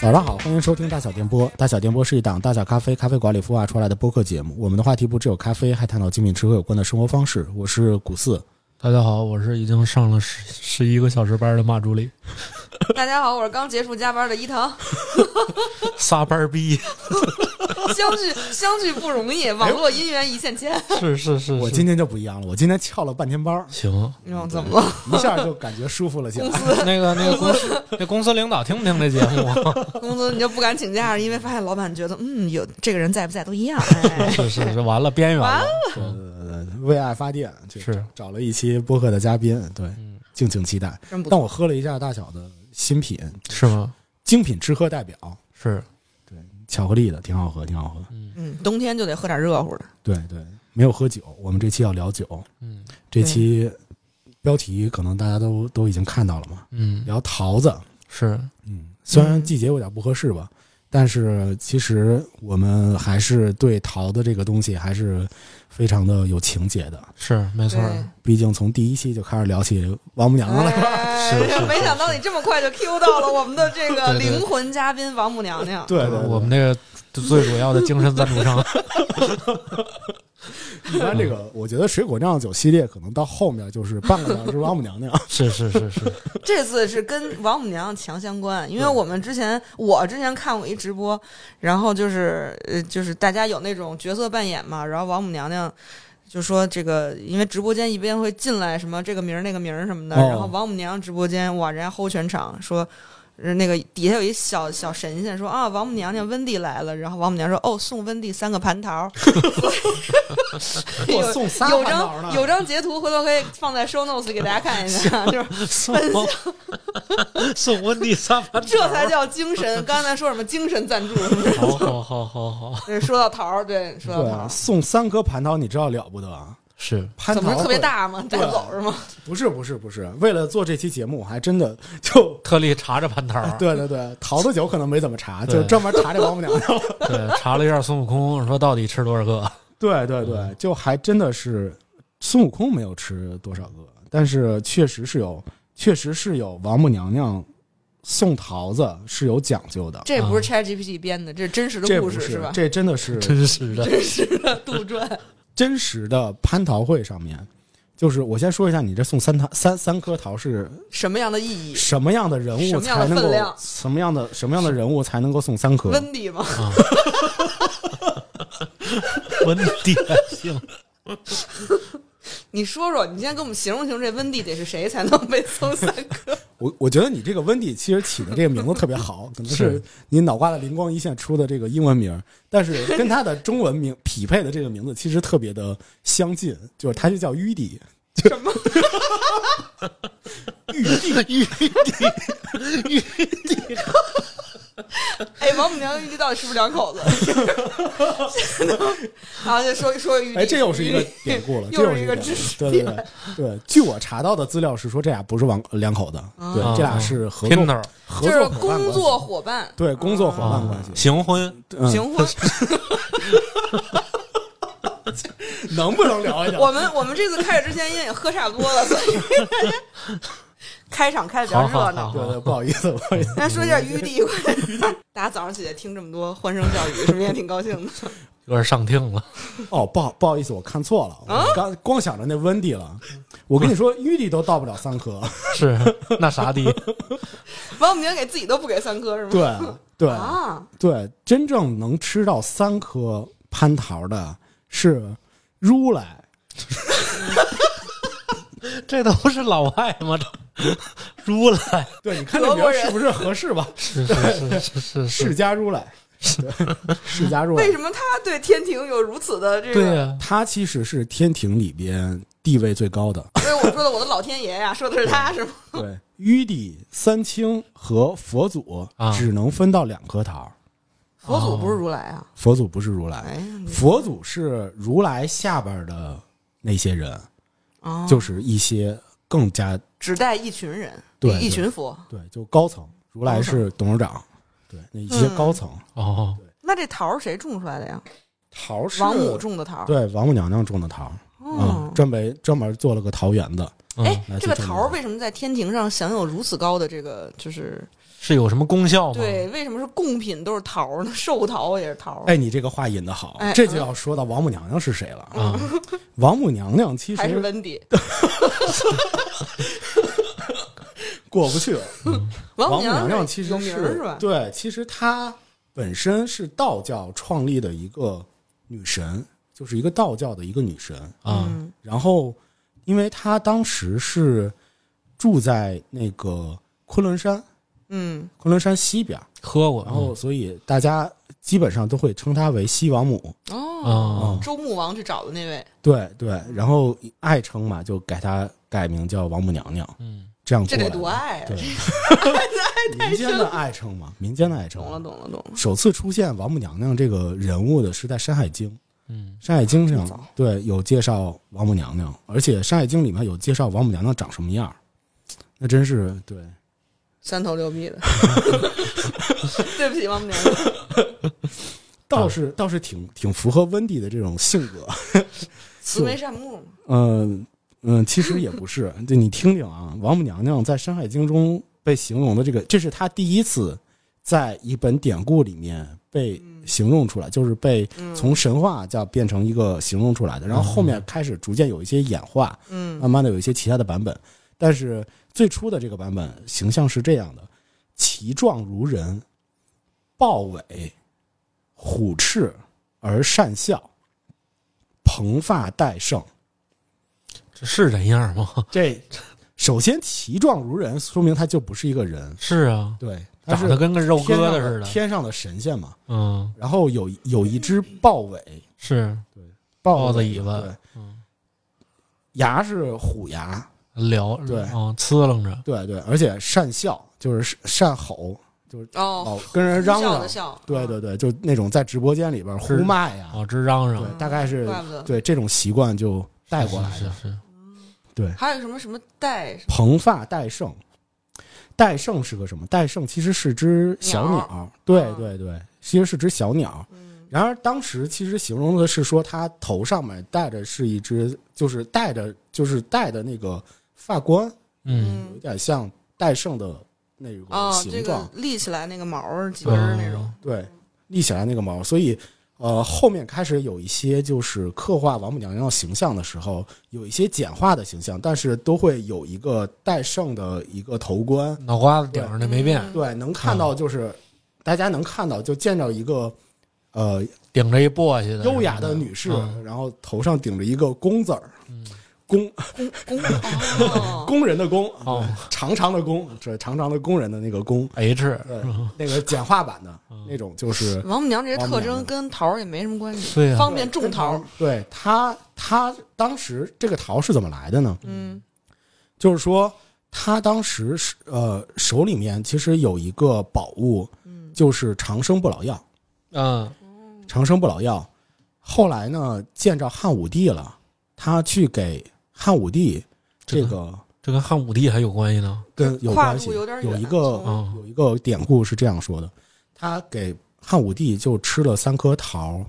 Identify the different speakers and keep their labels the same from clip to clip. Speaker 1: 早上好，欢迎收听大小电波。大小电波是一档大小咖啡咖啡馆里孵化出来的播客节目。我们的话题不只有咖啡，还探讨精品吃喝有关的生活方式。我是古四，
Speaker 2: 大家好，我是已经上了十十一个小时班的马助理，
Speaker 3: 大家好，我是刚结束加班的伊藤。
Speaker 2: 仨班逼，
Speaker 3: 相聚相聚不容
Speaker 2: 哎
Speaker 3: 易，网络姻缘一 线牵。
Speaker 2: 是是是
Speaker 1: 我
Speaker 2: 我
Speaker 1: 今
Speaker 2: 今，
Speaker 1: 天就不一样了，我今天翘了半天班 儿
Speaker 2: 行。
Speaker 3: 你知道怎么了？
Speaker 1: 一下就感觉舒服了
Speaker 2: 哎
Speaker 1: 些。
Speaker 2: 那个那个公司那公司领导听不听这节目？
Speaker 3: 工资你就不敢请假，因为发现老板觉得，嗯，有这个人在不在都一样。 哎
Speaker 2: 是是是，完了边缘
Speaker 3: 完
Speaker 2: 了
Speaker 3: 了。
Speaker 1: 呃，为爱发电，就是找了一期播客的嘉宾，对，
Speaker 2: 嗯
Speaker 1: 敬请期待。
Speaker 3: 真不
Speaker 1: 但
Speaker 3: 错。
Speaker 1: 我喝了一下大小的新品，
Speaker 2: 是吗？
Speaker 1: 精品吃喝代表，
Speaker 2: 是
Speaker 1: 巧克力的，挺好喝，挺好喝。
Speaker 3: 嗯，冬天就得喝点热乎的。
Speaker 1: 对对，没有喝酒，我们这期要聊酒。
Speaker 2: 嗯
Speaker 1: 这期标题可能大家都都已经看到了嘛，
Speaker 2: 嗯
Speaker 1: 聊桃子。
Speaker 2: 是
Speaker 1: 嗯，虽然季节有点不合适吧，但是其实我们还是对桃子这个东西还是非常的有情节的。
Speaker 2: 是没错儿，
Speaker 1: 毕竟从第一期就开始聊起王母娘娘了。
Speaker 3: 哎
Speaker 2: 是是是
Speaker 3: 没想到你这么快就 Q 到了我们的这个
Speaker 2: 对对
Speaker 3: 灵魂嘉宾王母娘娘。
Speaker 1: 对
Speaker 2: 我们这个最主要的精神赞助商
Speaker 1: 一般这个，我觉得水果酿酒系列可能到后面就是半个小时王母娘娘。
Speaker 2: 是是是是，
Speaker 3: 这次是跟王母娘娘强相关，因为
Speaker 1: 嗯
Speaker 3: 我们之前我之前看过一直播，然后就是呃就是大家有那种角色扮演嘛，然后王母娘娘就说这个，因为直播间一边会进来什么这个名儿那个名儿什么的，
Speaker 1: 哦
Speaker 3: 然后王母娘娘直播间哇，人家吼全场说。呃那个底下有一小小神仙说啊，王母娘娘温蒂来了，然后王母娘说哦，送温蒂三个 蟠桃，有
Speaker 1: 送仨
Speaker 3: 有
Speaker 1: 蟠桃呢
Speaker 3: 张有张截图，回头可以放在 show notes 里给大家看一下， 就是
Speaker 2: 送送温蒂三盘
Speaker 3: 这才叫 精神。刚才说什么精神赞助？
Speaker 2: 好好好好好，
Speaker 3: 对，说到桃儿，对，说到
Speaker 1: 对
Speaker 3: 桃
Speaker 1: 啊，
Speaker 3: 儿，
Speaker 1: 送三颗蟠桃，你知道了不得啊？
Speaker 2: 是
Speaker 1: 蟠
Speaker 3: 怎么
Speaker 1: 桃
Speaker 3: 是特别
Speaker 1: 会？
Speaker 3: 大吗？带
Speaker 1: 对啊
Speaker 3: 不走是吗？
Speaker 1: 不是不是不是，为了做这期节目，我还真的就
Speaker 2: 特例查着蟠桃儿，
Speaker 1: 对对对，桃子酒可能没怎么查，
Speaker 2: 对
Speaker 1: 就专门查这王母娘娘。
Speaker 2: 对，查了一下孙悟空，说到底吃多少个？
Speaker 1: 对对对，
Speaker 3: 嗯
Speaker 1: 就还真的是孙悟空没有吃多少个，但是确实是有，确实是有王母娘娘送桃子是有讲究的，
Speaker 3: 这不是 ChatGPT 编的，这是真实的
Speaker 1: 嗯这
Speaker 3: 故
Speaker 1: 不
Speaker 3: 事
Speaker 1: 是
Speaker 3: 吧？
Speaker 1: 这真的是
Speaker 2: 真实 的，
Speaker 3: 真实的杜撰，
Speaker 1: 真实的蟠桃会上面。就是我先说一下，你这送三桃三三颗桃是
Speaker 3: 什么样的意义？
Speaker 1: 什么样的人物
Speaker 3: 什么样的
Speaker 1: 才能
Speaker 3: 分
Speaker 1: 够
Speaker 3: 量
Speaker 1: 什么样的什么样的人物才能够送三颗？
Speaker 3: 温蒂吗？
Speaker 2: 温蒂啊行。
Speaker 3: 你说说，你先给我们形容形容这温蒂得是谁才能被送三 颗？
Speaker 1: 我我觉得你这个温蒂其实起的这个名字特别好，可能是
Speaker 2: 是
Speaker 1: 你脑瓜子灵光一现出的这个英文名儿，但是跟它的中文名匹配的这个名字其实特别的相近，就是它就叫玉帝，
Speaker 3: 什么？
Speaker 1: 玉帝
Speaker 3: 哎，王母娘娘玉帝到底是不是两口子？ 然后就说说玉帝，
Speaker 1: 哎，这又是一个
Speaker 3: 玉帝
Speaker 1: 典故了，这
Speaker 3: 又
Speaker 1: 是
Speaker 3: 是
Speaker 1: 一
Speaker 3: 一
Speaker 1: 个
Speaker 3: 个
Speaker 1: 典
Speaker 3: 知
Speaker 1: 故
Speaker 3: 识
Speaker 1: 对对对对，据我查到的资料是说这俩不是王两口子， 对，这俩是合作
Speaker 2: 哦啊 Tinder 啊
Speaker 1: 合
Speaker 3: 哦就是
Speaker 1: 作伙伴
Speaker 3: 工
Speaker 1: 关系，
Speaker 3: 作伙伴，哦
Speaker 1: 对工作伙伴关系，
Speaker 2: 行婚，
Speaker 1: 嗯，
Speaker 3: 行婚。
Speaker 1: 能不能聊一下？
Speaker 3: 我们我们这次开始之前，因为也喝差不多了，所以 开场开的比较热
Speaker 2: 好好
Speaker 3: 闹。
Speaker 1: 对对，不好意思，不好意思。
Speaker 3: 那说一下玉帝， 大家早上起来听这么多欢声笑语，是不是也挺高兴的？
Speaker 2: 有点上听了。
Speaker 1: 哦，不好不好意思，我看错了，
Speaker 3: 啊
Speaker 1: 我刚光想着那温蒂了。我跟你说，玉帝都到不了三 颗，
Speaker 2: 是那啥的，
Speaker 3: 王母娘给自己都不给三颗是吗？
Speaker 1: 对对
Speaker 3: 啊，
Speaker 1: 对，真正能吃到三颗蟠桃的是如来。
Speaker 2: 这都是老外吗？ 如来
Speaker 1: 对，你看这名儿是不是合适 吧？
Speaker 2: 是是是 是
Speaker 1: 释，迦如来，对啊释迦如来
Speaker 3: 为，什么他对天庭有如此的这
Speaker 2: 对
Speaker 3: 个？
Speaker 2: 呀，
Speaker 1: 他其实是天庭里边地位最高的。
Speaker 3: 所以我说的我的老天爷呀，说的是他是吗？
Speaker 1: 对，玉帝、三清和佛祖
Speaker 2: 啊
Speaker 1: 只能分到两颗桃，
Speaker 3: 佛
Speaker 1: 哦
Speaker 3: 祖不是如来啊？
Speaker 1: 佛祖不是如来。
Speaker 3: 哎，
Speaker 1: 佛祖是如来下边的那些人，
Speaker 3: 哦
Speaker 1: 就是一些更加
Speaker 3: 只带一群人，
Speaker 1: 对
Speaker 3: 一群佛。
Speaker 1: 对，就高层。如来是董事长，对，那一些高层。
Speaker 3: 嗯
Speaker 2: 哦，
Speaker 3: 那这桃儿谁种出来的呀？
Speaker 1: 桃是
Speaker 3: 王母种的桃儿。
Speaker 1: 对王母娘娘种的桃啊、
Speaker 3: 哦
Speaker 1: 嗯，专门专门做了个桃园子。
Speaker 3: 哎
Speaker 1: 嗯，
Speaker 3: 这个桃儿为什么在天庭上享有如此高的这个就是
Speaker 2: 是有什么功效吗？
Speaker 3: 对，为什么是贡品都是桃呢？寿桃也是桃。
Speaker 1: 哎，你这个话引得好
Speaker 3: 哎，嗯
Speaker 1: 这就要说到王母娘娘是谁了。
Speaker 2: 啊，
Speaker 1: 王母娘娘其
Speaker 3: 还是
Speaker 1: 实
Speaker 3: 温迪，
Speaker 1: 过不去了，王
Speaker 3: 王
Speaker 1: 母
Speaker 3: 娘
Speaker 1: 娘
Speaker 3: 娘
Speaker 1: 其
Speaker 3: 有
Speaker 1: 实
Speaker 3: 名
Speaker 1: 是
Speaker 3: 儿是吧？
Speaker 1: 对，其实她本身是道教创立的一个女神，就是一个道教的一个女神。
Speaker 2: 啊
Speaker 3: 嗯
Speaker 1: 然后，因为她当时是住在那个昆仑山，
Speaker 3: 嗯，
Speaker 1: 昆仑山西边儿，
Speaker 2: 喝过，
Speaker 1: 然后所以大家基本上都会称她为西王母。
Speaker 3: 哦
Speaker 2: 嗯
Speaker 1: 哦，
Speaker 3: 周穆王去找的那位，
Speaker 1: 对对，然后爱称嘛，就给她改名叫王母娘娘，
Speaker 2: 嗯，
Speaker 1: 这样
Speaker 3: 这
Speaker 1: 过来
Speaker 3: 得
Speaker 1: 的。
Speaker 3: 多爱啊！
Speaker 1: 对，民间的爱称嘛，民间的爱称
Speaker 3: 懂。了，懂了，懂了。
Speaker 1: 首次出现王母娘娘这个人物的是在《山海经》，
Speaker 2: 嗯
Speaker 1: 《山海经》
Speaker 3: 这么
Speaker 1: 上
Speaker 3: 早
Speaker 1: 对有介绍王母娘娘，而且《山海经》里面有介绍王母娘娘长什么样儿，那真是对
Speaker 3: 三头 六臂的，对不起，王母娘娘。
Speaker 1: 倒是、倒是挺挺符合温蒂的这种性格。
Speaker 3: 慈眉善目嘛，
Speaker 1: 嗯嗯，其实也不是，就你听听啊，王母娘娘在《山海经》中被形容的这个，这是她第一次在一本典故里面被形容出来，就是被从神话叫变成一个形容出来的，然后后面开始逐渐有一些演化，
Speaker 3: 嗯
Speaker 1: 慢慢的有一些其他的版本，但是最初的这个版本形象是这样的：其状如人，豹尾，虎赤而善笑，蓬发戴胜。
Speaker 2: 这是人样 吗？
Speaker 1: 这首先其状如人，说明他就不是一个人，
Speaker 2: 是啊，
Speaker 1: 对，他
Speaker 2: 长
Speaker 1: 是
Speaker 2: 得跟个肉疙
Speaker 1: 天上
Speaker 2: 瘩
Speaker 1: 的
Speaker 2: 似的，
Speaker 1: 天上的神仙嘛。
Speaker 2: 嗯，
Speaker 1: 然后有有一只豹尾，
Speaker 2: 是
Speaker 1: 豹
Speaker 2: 豹子尾巴
Speaker 1: 对，
Speaker 2: 嗯，
Speaker 1: 牙是虎牙，
Speaker 2: 聊
Speaker 1: 对
Speaker 2: 啊，呲楞着，
Speaker 1: 对对，而且善笑，就是善吼，就是
Speaker 3: 哦，
Speaker 1: 老跟人嚷
Speaker 3: 笑
Speaker 1: 嚷
Speaker 3: 的，笑，嗯
Speaker 1: 对对对，就那种在直播间里边
Speaker 2: 是
Speaker 1: 胡骂呀，
Speaker 2: 啊，直嚷
Speaker 1: 对
Speaker 2: 嚷，，
Speaker 1: 大概是
Speaker 3: 怪不得
Speaker 1: 对这种习惯就带过来的
Speaker 2: 是。是是，
Speaker 3: 还有什么什么带什
Speaker 1: 蓬发戴胜，戴胜是个什么？戴胜其实是只小鸟，
Speaker 3: 鸟
Speaker 1: 对
Speaker 3: 嗯
Speaker 1: 对对，其实是只小鸟。
Speaker 3: 么，嗯
Speaker 1: 然而当时其实形容的是说，它头上面戴着是一只，就是戴着就是戴的那个发冠，
Speaker 2: 嗯，
Speaker 1: 有
Speaker 3: 嗯，
Speaker 1: 点像戴胜的那个
Speaker 3: 哦，
Speaker 1: 形
Speaker 3: 这
Speaker 1: 状，嗯
Speaker 3: 个立起来那个毛儿几根儿那种，
Speaker 1: 对，立起来那个毛。所以，呃，后面开始有一些就是刻画王母娘娘形象的时候，有一些简化的形象，但是都会有一个戴胜的一个头冠，
Speaker 2: 嗯脑瓜子顶上那没
Speaker 3: 嗯
Speaker 2: 变，
Speaker 1: 对，能看
Speaker 2: 嗯
Speaker 1: 到就是、大家能看到，就见着一个呃
Speaker 2: 顶着一簸箕的
Speaker 1: 优雅的女士，
Speaker 2: 嗯
Speaker 1: 然后头上顶着一个弓字儿，工
Speaker 3: 公公哦，
Speaker 1: 工人的工，
Speaker 2: 哦
Speaker 1: 对长长的工，这长长的工人的那个工，
Speaker 2: H，
Speaker 1: 对，那个简化版的
Speaker 2: 嗯
Speaker 1: 那种就是。
Speaker 3: 王母娘这些特
Speaker 1: 王母娘
Speaker 3: 征跟桃儿也没什么关系，
Speaker 2: 对啊
Speaker 3: 方便种桃儿，
Speaker 1: 对他，他当时这个桃是怎么来的呢？
Speaker 3: 嗯
Speaker 1: 就是说，他当时是呃手里面其实有一个宝物，
Speaker 3: 嗯
Speaker 1: 就是长生不老药。
Speaker 2: 嗯，
Speaker 1: 长生不老药。后来呢，见着汉武帝了，他去给汉武帝这个
Speaker 2: 这跟汉武帝还有关系呢，
Speaker 1: 跟有
Speaker 3: 跨
Speaker 1: 关系，
Speaker 3: 度有点远，哦
Speaker 1: 一个
Speaker 3: 从
Speaker 2: 嗯
Speaker 1: 有一个典故是这样说的：他给汉武帝就吃了三颗桃，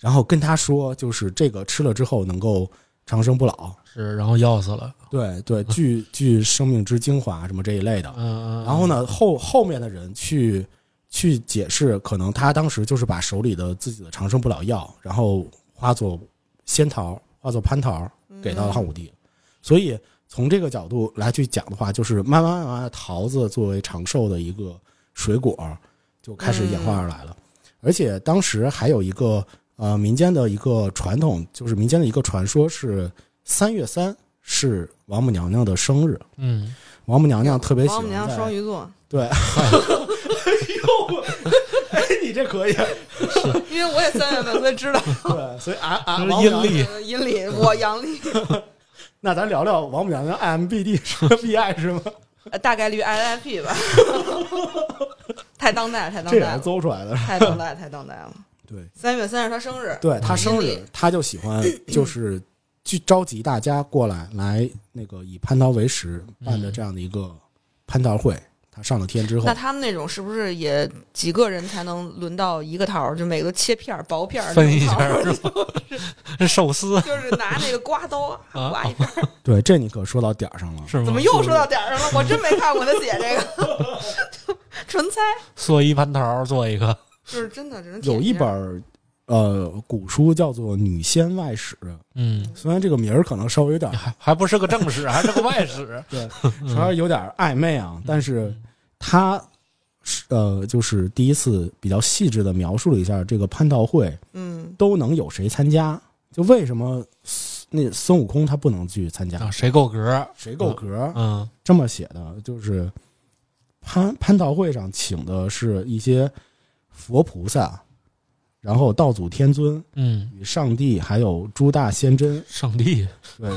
Speaker 1: 然后跟他说，就是这个吃了之后能够长生不老。
Speaker 2: 是，然后药死了，
Speaker 1: 对对，聚聚生命之精华什么这一类的。
Speaker 2: 嗯嗯，
Speaker 1: 然后呢，后后面的人去去解释，可能他当时就是把手里的自己的长生不老药，然后化作仙桃，化作蟠桃给到了汉武帝。
Speaker 3: 嗯
Speaker 1: 所以从这个角度来去讲的话，就是慢慢慢慢的桃子作为长寿的一个水果，就开始演化而来了。
Speaker 3: 嗯
Speaker 1: 而且当时还有一个呃民间的一个传统，就是民间的一个传说是三月三是王母娘娘的生日，
Speaker 2: 嗯，
Speaker 1: 王母娘娘特别喜
Speaker 3: 王
Speaker 1: 欢
Speaker 3: 母娘
Speaker 1: 在
Speaker 3: 双鱼座，
Speaker 1: 对，哎呦，哎， 你这可以，
Speaker 3: 因为我也三月份，所以知道
Speaker 1: 对，所以啊啊，
Speaker 2: 这是
Speaker 1: 王母娘
Speaker 2: 阴历
Speaker 3: 呃阴历，我阳历，
Speaker 1: 那咱聊聊王母娘娘 IMBD 是 BI 是吗？
Speaker 3: 呃大概率 INFP 吧， 太当代了，太当
Speaker 1: 这也
Speaker 3: 代
Speaker 1: 是
Speaker 3: 了，
Speaker 1: 诌出来的。
Speaker 3: 太当代了，太当代了。
Speaker 1: 对，
Speaker 3: 三月三是他生日，
Speaker 1: 对她
Speaker 3: 嗯
Speaker 1: 生
Speaker 3: 阴
Speaker 1: 日
Speaker 3: 历，
Speaker 1: 她就喜 欢就是去召集大家过来，来那个以蟠桃为食，办的这样的一个蟠桃会，他上了天之后
Speaker 3: 那，他们那种是不是也几个人才能轮到一个桃儿？就每个都切片儿、薄片儿，
Speaker 2: 分一下
Speaker 3: 那种
Speaker 2: 儿是吧？这寿司
Speaker 3: 桃儿就是拿那个刮刀啊
Speaker 2: 啊
Speaker 3: 刮一片儿。
Speaker 1: 对，这你可说到点儿上了。
Speaker 2: 嗯是吗？
Speaker 3: 怎么又说到点儿上了？我真没看过他写这个， 纯猜，
Speaker 2: 做一蟠桃儿做一个？
Speaker 3: 就是真的只能舔
Speaker 1: 有一
Speaker 3: 下
Speaker 1: 本儿呃古书叫做《女仙外史》，
Speaker 2: 嗯，
Speaker 1: 虽然这个名儿可能稍微有点儿。
Speaker 2: 还还不是个正史，还是个外史
Speaker 1: 对，
Speaker 2: 嗯
Speaker 1: 稍微有点儿暧昧啊，但是他是呃，就是第一次比较细致的描述了一下这个蟠桃会
Speaker 3: 嗯，
Speaker 1: 都能有谁参加，就为什么孙那孙悟空他不能去参加，
Speaker 2: 啊，谁够格儿？
Speaker 1: 谁够格儿？
Speaker 2: 嗯
Speaker 1: 这么写的，就是蟠蟠桃会上请的是一些佛菩萨，然后道祖天尊
Speaker 2: 嗯，
Speaker 1: 与上帝，还有诸大仙真。
Speaker 2: 上帝，
Speaker 1: 对，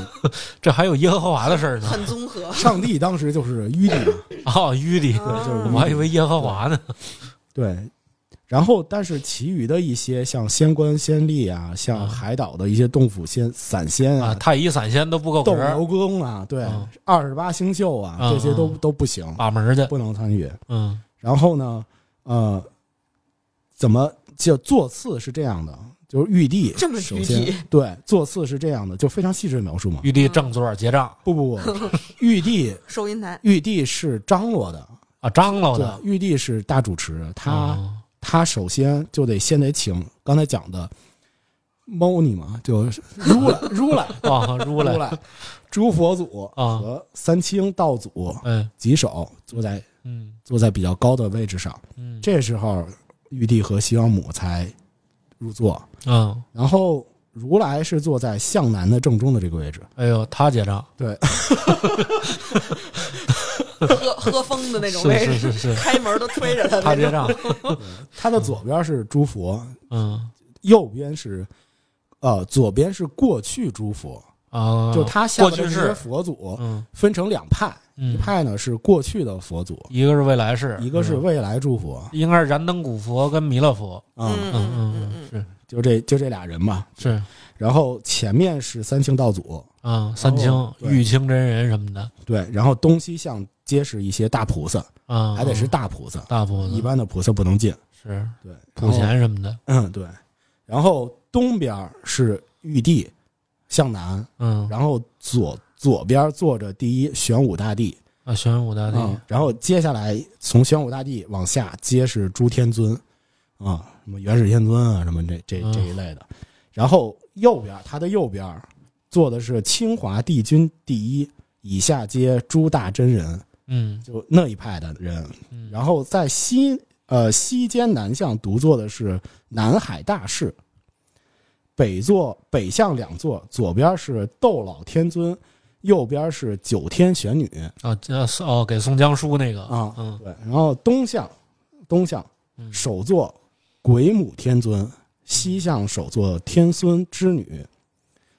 Speaker 2: 这还有耶和华的事儿呢。
Speaker 3: 很综合。
Speaker 1: 上帝当时就是淤泥嘛，
Speaker 2: 哦，淤里，
Speaker 1: 对，就是
Speaker 2: 我
Speaker 1: 淤
Speaker 2: 还
Speaker 1: 泥
Speaker 2: 以为耶和华呢。
Speaker 1: 对，然后但是其余的一些像仙官仙吏啊，像
Speaker 2: 啊
Speaker 1: 海岛的一些洞府仙散仙
Speaker 2: 啊，
Speaker 1: 啊、
Speaker 2: 太乙散仙都不够格
Speaker 1: 斗
Speaker 2: 儿，
Speaker 1: 牛宫啊，对
Speaker 2: 啊，
Speaker 1: 二十八星宿啊，
Speaker 2: 啊
Speaker 1: 这些都
Speaker 2: 啊
Speaker 1: 都不行，
Speaker 2: 把门儿去。
Speaker 1: 不能参与。
Speaker 2: 嗯
Speaker 1: 然后呢，呃，怎么就座次是这样的？就是玉帝，
Speaker 3: 这么
Speaker 1: 首
Speaker 3: 具
Speaker 1: 先
Speaker 3: 体
Speaker 1: 对座次是这样的，就非常细致的描述嘛。
Speaker 2: 玉帝正座结账
Speaker 1: 不不不，玉帝
Speaker 3: 收银台，
Speaker 1: 玉帝是张罗的，
Speaker 2: 啊，张罗
Speaker 1: 对
Speaker 2: 的，
Speaker 1: 玉帝是大主持，他、
Speaker 2: 啊，
Speaker 1: 他首先就得先得请刚才讲的猫你嘛，就是如 来如来
Speaker 2: 啊，如
Speaker 1: 如
Speaker 2: 来，
Speaker 1: 来诸佛祖
Speaker 2: 啊
Speaker 1: 和三清道祖
Speaker 2: 哎，
Speaker 1: 几首坐在
Speaker 2: 嗯
Speaker 1: 坐在比较高的位置上。
Speaker 2: 嗯，
Speaker 1: 这时候玉帝和西王母才入座，
Speaker 2: 嗯，
Speaker 1: 然后如来是坐在向南的正中的这个位置。
Speaker 2: 哎呦，他结账，
Speaker 1: 对，
Speaker 3: 喝喝风的那种
Speaker 2: 是
Speaker 3: 味，
Speaker 2: 是是 是，
Speaker 3: 开门都吹着他
Speaker 2: 他
Speaker 3: 那
Speaker 2: 结
Speaker 3: 种。
Speaker 2: 账，
Speaker 1: 他的左边是诸佛，
Speaker 2: 嗯
Speaker 1: 右边是。呃，左边是过去诸佛，
Speaker 2: 啊，
Speaker 1: 就他下
Speaker 2: 过
Speaker 1: 面的
Speaker 2: 去
Speaker 1: 这
Speaker 2: 式
Speaker 1: 些，佛祖
Speaker 2: 嗯
Speaker 1: 分成两派，一
Speaker 2: 嗯，
Speaker 1: 派呢是过去的佛祖，
Speaker 2: 一个是未来世，
Speaker 1: 一个是
Speaker 2: 嗯
Speaker 1: 未来诸佛
Speaker 2: 应该是燃灯古佛跟弥勒佛，
Speaker 1: 啊、
Speaker 3: 嗯
Speaker 2: 嗯
Speaker 3: 嗯
Speaker 2: 嗯嗯，
Speaker 1: 就这就这俩人嘛。
Speaker 2: 是是
Speaker 1: 然后前面是三清道祖，
Speaker 2: 啊，三清
Speaker 1: 后、对
Speaker 2: 玉清真人什么的
Speaker 1: 对，然后东西向皆是一些大菩萨，
Speaker 2: 啊，
Speaker 1: 还得是大菩萨，
Speaker 2: 大菩
Speaker 1: 一
Speaker 2: 萨，
Speaker 1: 般的菩萨不能进。
Speaker 2: 是
Speaker 1: 对，
Speaker 2: 普
Speaker 1: 然后
Speaker 2: 贤什么的，
Speaker 1: 嗯对，然后东边是玉帝向南，
Speaker 2: 嗯
Speaker 1: 然后左左边坐着第一玄武大帝
Speaker 2: 啊，玄武大
Speaker 1: 啊、
Speaker 2: 帝，
Speaker 1: 然后接下来从玄武大帝往下皆是诸天尊啊、什么元始天尊啊，什么这这
Speaker 2: 嗯
Speaker 1: 这一类的。然后右边，他的右边坐的是清华帝君第一，以下皆诸大真人，
Speaker 2: 嗯
Speaker 1: 就那一派的人。
Speaker 2: 嗯，
Speaker 1: 然后在西呃西间南向独坐的是南海大士，北坐北向两座，左边是斗老天尊，右边是九天玄女。
Speaker 2: 啊，这哦，给宋江书那个
Speaker 1: 啊
Speaker 2: 嗯
Speaker 1: 对，然后东向东向
Speaker 2: 嗯
Speaker 1: 首座鬼母天尊，西向首座天孙之女，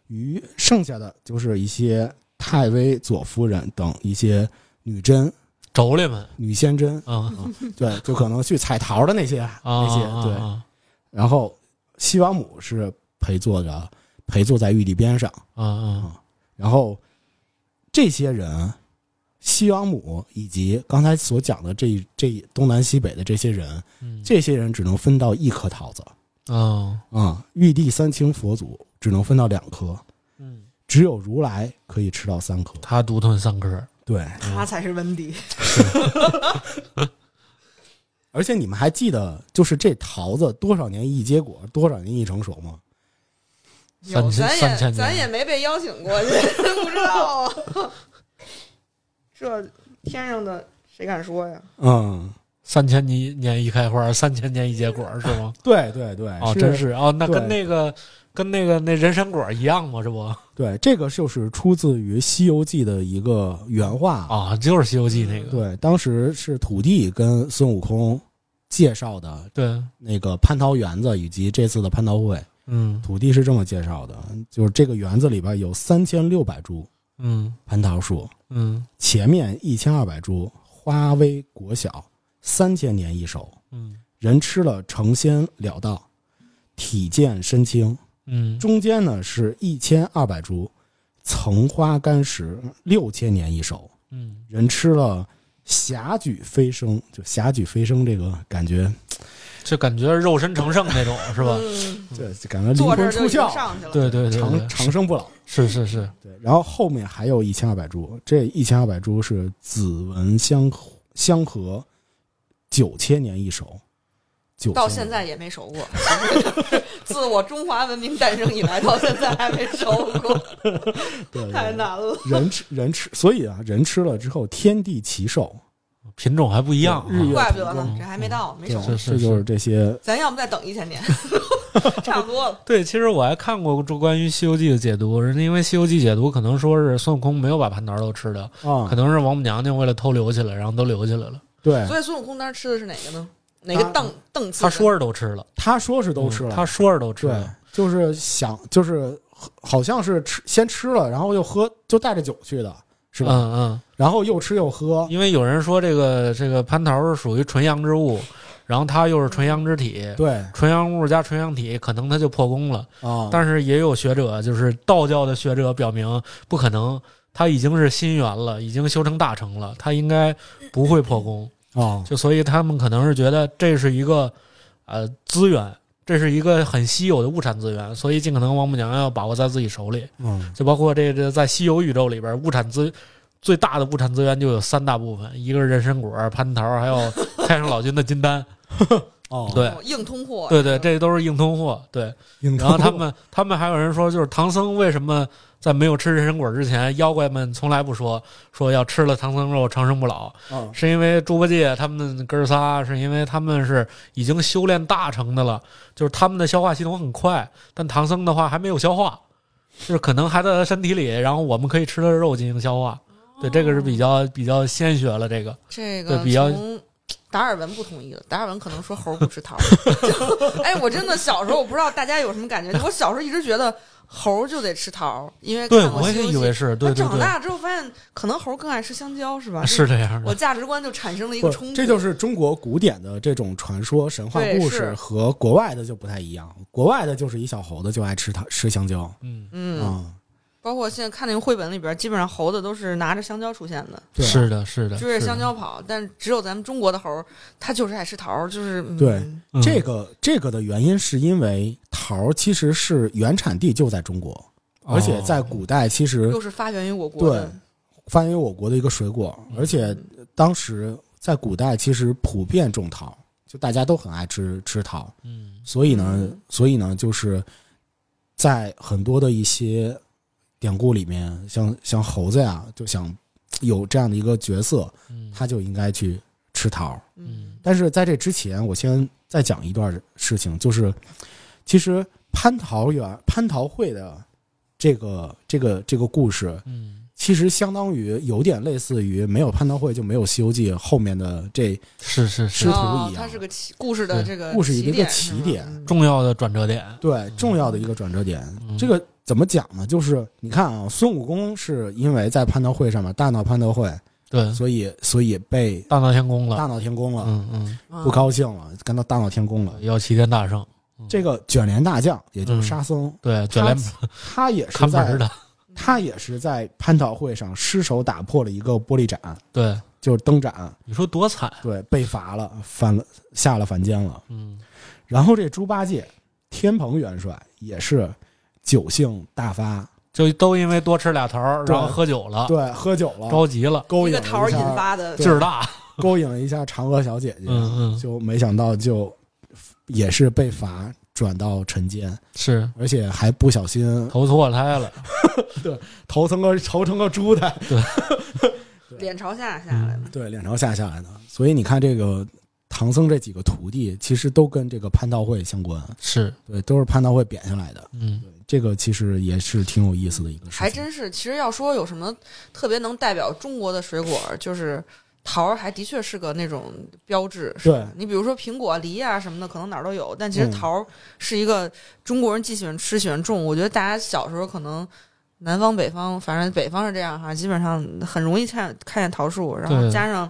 Speaker 1: 与剩下的就是一些太微左夫人等一些女真、
Speaker 2: 妯娌们
Speaker 1: 女仙真，
Speaker 2: 啊
Speaker 1: 对，就可能去采桃的那些、
Speaker 2: 啊
Speaker 1: 那些
Speaker 2: 啊，
Speaker 1: 对。
Speaker 2: 啊
Speaker 1: 然后西王母是陪坐着陪坐在玉帝边上，
Speaker 2: 啊啊
Speaker 1: 然后这些人。西王母以及刚才所讲的这这东南西北的这些人，
Speaker 2: 嗯
Speaker 1: 这些人只能分到一颗桃子
Speaker 2: 啊
Speaker 1: 啊、玉帝三清佛祖只能分到两颗，
Speaker 2: 嗯，
Speaker 1: 只有如来可以吃到三颗。
Speaker 2: 他独吞三颗，
Speaker 1: 对，
Speaker 3: 他才是温迪，
Speaker 1: 而且你们还记得，就是这桃子多少年一结果，多少年一成熟吗？
Speaker 2: 三
Speaker 3: 有
Speaker 2: 千
Speaker 3: 咱
Speaker 2: 三千
Speaker 3: 也
Speaker 2: 年
Speaker 3: 咱也没被邀请过去， 不知道啊。 这天上的谁敢说呀？
Speaker 1: 嗯，
Speaker 2: 三千年年一开花，三千年一结果是吗？
Speaker 1: 对对对，
Speaker 2: 哦，真
Speaker 1: 是
Speaker 2: 是哦，那
Speaker 1: 对
Speaker 2: 跟那个跟那个那人参果一样吗？这不
Speaker 1: 对，这个就是出自于《西游记》的一个原话。
Speaker 2: 啊，就是《西游记》那个，
Speaker 1: 对，当时是土地跟孙悟空介绍的
Speaker 2: 对，
Speaker 1: 那个蟠桃园子，以及这次的蟠桃会。
Speaker 2: 嗯
Speaker 1: 土地是这么介绍的，就是这个园子里边有三千六百株
Speaker 2: 嗯
Speaker 1: 蟠桃树，
Speaker 2: 嗯
Speaker 1: 前面一千二百株花微果小，三千年一熟，
Speaker 2: 嗯
Speaker 1: 人吃了成仙了道，体健身轻。
Speaker 2: 嗯，
Speaker 1: 中间呢是一千二百株层花干石，六千年一熟，
Speaker 2: 嗯
Speaker 1: 人吃了侠举飞升，就侠举飞升这个感觉，
Speaker 2: 就感觉肉身成圣那种，是吧？
Speaker 3: 嗯
Speaker 1: 对，就感觉灵
Speaker 3: 坐这
Speaker 1: 魂
Speaker 3: 儿就
Speaker 1: 出
Speaker 3: 已经
Speaker 1: 窍，
Speaker 3: 上去了。
Speaker 2: 对对对
Speaker 1: 长
Speaker 2: 对，
Speaker 1: 长生不老。
Speaker 2: 是是是，
Speaker 1: 对，然后后面还有一千二百株，这一千二百株是子文相合相合九千年一首，九
Speaker 3: 到现在也没熟过， 自我中华文明诞生以来，到现在还没熟过，
Speaker 1: 对对
Speaker 3: 太
Speaker 1: 对
Speaker 3: 难了。
Speaker 1: 人吃人吃，所以啊，人吃了之后天地奇兽，
Speaker 2: 品种还不一样啊。
Speaker 1: 日月
Speaker 3: 怪不得
Speaker 1: 同
Speaker 3: 呢
Speaker 1: 光，
Speaker 3: 这还没到，没
Speaker 1: 对
Speaker 3: 熟
Speaker 2: 是。是
Speaker 1: 这就是这些。
Speaker 3: 咱要不再等一千年， 差 不多了。
Speaker 2: 对，其实我还看过这关于《西游记》的解读，人家因为《西游记》解读可能说是孙悟空没有把蟠桃都吃掉，
Speaker 1: 啊
Speaker 2: 可，能是王母娘娘为了偷留起来，然后都留起来了。
Speaker 1: 对，
Speaker 3: 所以孙悟空当时吃的是哪个呢？哪个
Speaker 1: 他
Speaker 3: 邓邓刺
Speaker 2: 哎他
Speaker 3: 的？
Speaker 2: 说是都吃了，
Speaker 1: 他说是都吃
Speaker 2: 嗯
Speaker 1: 了，
Speaker 2: 他说是都吃
Speaker 1: 对
Speaker 2: 了，，
Speaker 1: 就是想就是好像是吃先吃了，然后又喝，就带着酒去的，是吧？
Speaker 2: 嗯嗯。
Speaker 1: 然后又吃又喝，
Speaker 2: 因为有人说这个这个蟠桃是属于纯阳之物，然后它又是纯阳之体，
Speaker 1: 对
Speaker 2: 纯阳物加纯阳体，可能它就破功了。
Speaker 1: 啊，
Speaker 2: 但是也有学者，就是道教的学者表明不可能，他已经是心猿了，已经修成大成了，他应该不会破功。
Speaker 1: 啊，
Speaker 2: 就所以他们可能是觉得这是一个呃资源，这是一个很稀有的物产资源，所以尽可能王母娘娘要把握在自己手里。
Speaker 1: 嗯，
Speaker 2: 就包括这这在西游宇宙里边，物产资最大的物产资源就有三大部分，一个是人参果、蟠桃，还有太上老君的金丹。
Speaker 1: 哦，
Speaker 2: 对
Speaker 3: 哦硬通货。
Speaker 2: 对对，这都是硬通货。对，
Speaker 1: 应
Speaker 2: 然后他们他们还有人说，就是唐僧为什么在没有吃人参果之前，妖怪们从来不说说要吃了唐僧肉长生不老，
Speaker 1: 啊
Speaker 2: 是因为猪八戒他们哥仨，是因为他们是已经修炼大成的了，就是他们的消化系统很快，但唐僧的话还没有消化，就是可能还在他身体里，然后我们可以吃他的肉进行消化。对，这个是比
Speaker 1: 哦
Speaker 2: 较比较鲜血了，这个
Speaker 3: 这个
Speaker 2: 对比较
Speaker 3: 从达尔文不同意了，达尔文可能说猴儿不吃桃儿。 哎，我真的小时候我不知道大家有什么感觉，我小时候一直觉得猴儿就得吃桃儿，因为
Speaker 2: 对
Speaker 3: 看过
Speaker 2: 我
Speaker 3: 西
Speaker 2: 也
Speaker 3: 游
Speaker 2: 以
Speaker 3: 记
Speaker 2: 为是对
Speaker 3: 但
Speaker 2: 对
Speaker 3: 长
Speaker 2: 对，
Speaker 3: 大之后发现，可能猴儿更爱吃香蕉，是吧？
Speaker 2: 是这样
Speaker 3: 我
Speaker 2: 的，
Speaker 3: 价值观就产生了一
Speaker 1: 不
Speaker 3: 个
Speaker 1: 是
Speaker 3: 冲突。
Speaker 1: 这就是中国古典的这种传说、神话
Speaker 3: 对
Speaker 1: 故
Speaker 3: 是
Speaker 1: 事和国外的就不太一样。国外的就是一小猴子就爱吃它吃香蕉
Speaker 2: 嗯，
Speaker 1: 啊、
Speaker 3: 嗯，包括现在看那个绘本里边，基本上猴子都是拿着香蕉出现的，
Speaker 1: 对
Speaker 2: 是的，是的，
Speaker 3: 追
Speaker 2: 是
Speaker 3: 着
Speaker 2: 的
Speaker 3: 香，蕉跑。但只有咱们中国的猴儿，它就是爱吃桃儿，就是嗯
Speaker 1: 对
Speaker 2: 嗯
Speaker 1: 这个这个的原因是因为桃儿其实是原产地就在中国，
Speaker 2: 哦
Speaker 1: 而且在古代其实
Speaker 3: 又是发源于我国的
Speaker 1: 对。发源于我国的一个水果，而且当时在古代其实普遍种桃，就大家都很爱吃吃桃，
Speaker 2: 嗯
Speaker 1: 所以呢
Speaker 3: 嗯，
Speaker 1: 所以呢，就是在很多的一些典故里面，像像猴子呀，就想有这样的一个角色，
Speaker 2: 嗯，
Speaker 1: 他就应该去吃桃。
Speaker 3: 嗯
Speaker 1: 但是在这之前，我先再讲一段事情，就是其实蟠桃园蟠桃会的这个这个这个故事，
Speaker 2: 嗯
Speaker 1: 其实相当于有点类似于没有蟠桃会就没有《西游记》后面的这
Speaker 2: 是是
Speaker 1: 师
Speaker 2: 是
Speaker 1: 徒
Speaker 3: 哦
Speaker 1: 一样
Speaker 3: 它是个起故事的
Speaker 2: 对
Speaker 3: 这个
Speaker 1: 故事一个
Speaker 3: 点
Speaker 1: 起
Speaker 3: 是吗
Speaker 1: 点
Speaker 3: 嗯
Speaker 2: 重要的转折点，
Speaker 1: 对重要的一个转折点。
Speaker 2: 嗯
Speaker 1: 这个怎么讲呢？就是你看啊，孙悟空是因为在蟠桃会上面大闹蟠桃会，
Speaker 2: 对，
Speaker 1: 所以所以被
Speaker 2: 大闹天宫了，
Speaker 1: 大闹天宫了，
Speaker 2: 嗯嗯，
Speaker 3: 啊
Speaker 1: 不高兴了，干到大闹天宫了。
Speaker 2: 要齐天大圣，嗯
Speaker 1: 这个卷帘大将，也就是沙僧，
Speaker 2: 对，卷
Speaker 1: 他
Speaker 2: 帘
Speaker 1: 他也是
Speaker 2: 看门
Speaker 1: 在
Speaker 2: 儿的，
Speaker 1: 他也是在蟠桃会上失手打破了一个玻璃盏，
Speaker 2: 对，
Speaker 1: 就是灯盏，
Speaker 2: 你说多惨，
Speaker 1: 对，被罚了，犯了下了凡间了。
Speaker 2: 嗯，
Speaker 1: 然后这猪八戒，天蓬元帅也是酒性大发，
Speaker 2: 就都因为多吃俩桃儿，
Speaker 1: 对
Speaker 2: 然后喝酒了，
Speaker 1: 对，喝酒了，
Speaker 2: 着急了，
Speaker 1: 勾
Speaker 3: 一
Speaker 1: 引了
Speaker 3: 个桃儿
Speaker 1: 一
Speaker 3: 引
Speaker 1: 下，
Speaker 3: 发的
Speaker 1: 对
Speaker 2: 劲儿大，
Speaker 1: 勾引了一下嫦娥小姐姐，
Speaker 2: 嗯嗯
Speaker 1: 就没想到就也是被罚转到尘间，
Speaker 2: 是
Speaker 1: 而且还不小心
Speaker 2: 投错胎了，
Speaker 1: 头成个头成个猪的，
Speaker 3: 脸朝下下来的，
Speaker 1: 对，脸朝下下来的。所以你看，这个唐僧这几个徒弟，其实都跟这个蟠桃会相关，
Speaker 2: 是，
Speaker 1: 对，都是蟠桃会贬下来的。
Speaker 2: 嗯，
Speaker 1: 这个其实也是挺有意思的一个事情，
Speaker 3: 还真是。其实要说有什么特别能代表中国的水果，就是桃儿，还的确是个那种标志。是吧
Speaker 1: 对
Speaker 3: 你比如说苹果、梨啊什么的，可能哪儿都有，但其实
Speaker 1: 嗯
Speaker 3: 桃儿是一个中国人既喜欢吃喜欢种。我觉得大家小时候可能。南方、北方，反正北方是这样哈，基本上很容易看看见桃树，然后
Speaker 2: 对
Speaker 3: 加上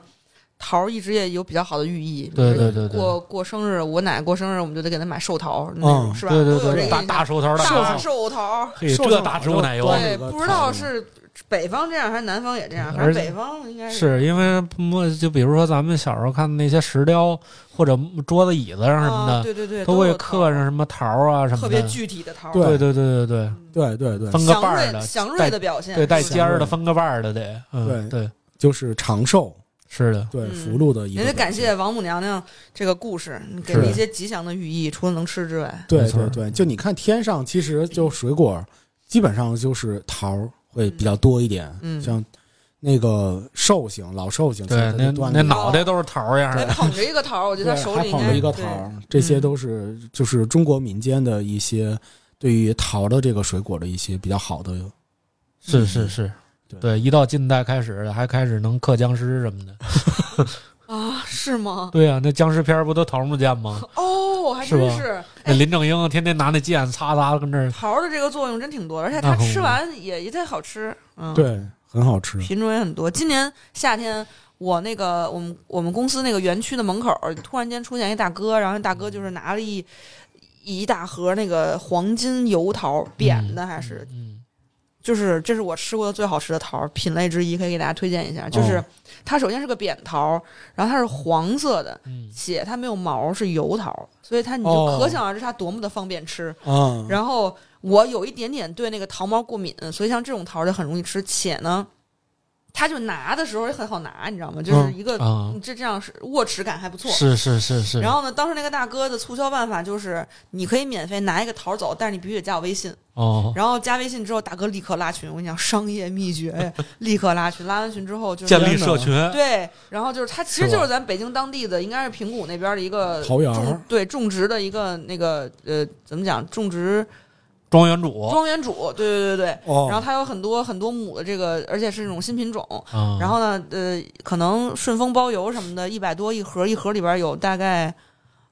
Speaker 3: 桃儿一直也有比较好的寓意，
Speaker 2: 对对对对，
Speaker 3: 过过生日，我奶奶过生日，我们就得给她买寿桃，那种
Speaker 1: 嗯
Speaker 3: 是吧？
Speaker 2: 对对
Speaker 3: 都有这
Speaker 2: 对，
Speaker 3: 个
Speaker 2: 大
Speaker 3: 印象
Speaker 2: 大手桃儿
Speaker 3: 大
Speaker 2: 大，
Speaker 3: 寿桃，
Speaker 2: 嘿，
Speaker 1: 寿桃
Speaker 2: 这大植物奶油
Speaker 1: 端，
Speaker 3: 对，
Speaker 1: 那个
Speaker 3: 不知道
Speaker 1: 桃
Speaker 3: 是北方这样还是南方也这样？反
Speaker 2: 而
Speaker 3: 正
Speaker 2: 且
Speaker 3: 北方应该
Speaker 2: 是因为莫就比如说咱们小时候看那些石雕或者桌子椅子上什么
Speaker 3: 啊，
Speaker 2: 的，
Speaker 3: 对对对，
Speaker 2: 都会
Speaker 3: 有
Speaker 2: 刻上什么桃儿啊什
Speaker 3: 特
Speaker 2: 么
Speaker 3: 别
Speaker 2: 的。
Speaker 3: 具体的桃儿，
Speaker 1: 对
Speaker 2: 对对对对对，
Speaker 1: 对对对，
Speaker 2: 分个
Speaker 3: 祥
Speaker 2: 瓣儿
Speaker 3: 瑞
Speaker 2: 的，
Speaker 3: 祥瑞
Speaker 2: 带
Speaker 3: 的表现，嗯
Speaker 2: 对带
Speaker 3: 是吧
Speaker 2: 尖儿的，分个瓣儿的得。嗯，
Speaker 1: 对
Speaker 2: 对，
Speaker 1: 就是长寿
Speaker 2: 是的，
Speaker 1: 对
Speaker 3: 嗯
Speaker 1: 福禄的一个表
Speaker 3: 也
Speaker 1: 现。
Speaker 3: 得感谢王母娘娘这个故事，给
Speaker 1: 是
Speaker 3: 了一些吉祥的寓意，除了能吃之外，
Speaker 1: 对
Speaker 2: 没错
Speaker 1: 对对，就你看天上，其实就水果，基本上就是桃儿会比较多一点。
Speaker 3: 嗯
Speaker 1: 像那个寿星，老寿星，其
Speaker 2: 对，
Speaker 1: 实
Speaker 2: 那
Speaker 1: 他断
Speaker 2: 那
Speaker 1: 了
Speaker 2: 脑袋都是桃儿样
Speaker 3: 还
Speaker 2: 的。
Speaker 3: 捧着一个桃儿，我觉得他
Speaker 1: 对
Speaker 3: 手
Speaker 1: 还
Speaker 3: 里应
Speaker 1: 捧
Speaker 3: 该
Speaker 1: 着一个
Speaker 3: 对嗯
Speaker 1: 桃儿，这些都是就是中国民间的一些对于桃的这个水果的一些比较好的。
Speaker 3: 嗯
Speaker 2: 是是是，
Speaker 1: 对
Speaker 2: 嗯对，一到近代开始还开始能刻僵尸什么的。
Speaker 3: 啊，是吗？
Speaker 2: 对啊，那僵尸片儿不都桃木剑吗？
Speaker 3: 哦，还
Speaker 2: 是
Speaker 3: 真
Speaker 2: 吧
Speaker 3: 是，哎
Speaker 2: 那林正英天天拿那剑擦擦跟那儿，
Speaker 3: 桃儿的这个作用真挺多的，而且
Speaker 2: 那
Speaker 3: 它
Speaker 2: 可不
Speaker 3: 吃完也也太好吃，嗯，，
Speaker 1: 对，很好吃。
Speaker 3: 品种也很多。今年夏天，我那个我们我们公司那个园区的门口儿，突然间出现一大哥，然后那大哥就是拿了一一大盒那个黄金油桃，扁的还是
Speaker 2: 嗯，
Speaker 3: 就是这是我吃过的最好吃的桃儿，品类之一，可以给大家推荐一下。就是、
Speaker 1: 哦
Speaker 3: 它首先是个扁桃儿，然后它是黄色的，
Speaker 2: 嗯
Speaker 3: 且它没有毛，是油桃儿，所以它你就
Speaker 1: 哦
Speaker 3: 可想而知它多么的方便吃。
Speaker 1: 嗯，
Speaker 3: 然后我有一点点对那个桃毛过敏，所以像这种桃儿就很容易吃，且呢，它就拿的时候也很好拿，你知道吗？就是一个、
Speaker 2: 嗯啊
Speaker 3: 这这样是握持感还不错。
Speaker 2: 是是是是。
Speaker 3: 然后呢，当时那个大哥的促销办法就是，你可以免费拿一个桃儿走，但是你必须得加我微信。
Speaker 2: 哦，
Speaker 3: 然后加微信之后，大哥立刻拉群。我跟你讲，商业秘诀呀，立刻拉群。拉完群之后就是
Speaker 2: 建立社群，
Speaker 3: 对，然后就是他其实
Speaker 2: 是吧
Speaker 3: 就是咱北京当地的，应该是平谷那边的一个
Speaker 1: 桃园儿
Speaker 3: 种对种植的一个那个呃怎么讲种植
Speaker 2: 庄园主，
Speaker 3: 庄园主，对对对对。
Speaker 1: 哦，
Speaker 3: 然后他有很多很多亩的这个，而且是那种新品种。
Speaker 2: 嗯，
Speaker 3: 然后呢，呃，可能顺丰包邮什么的，一百多一盒，一盒里边有大概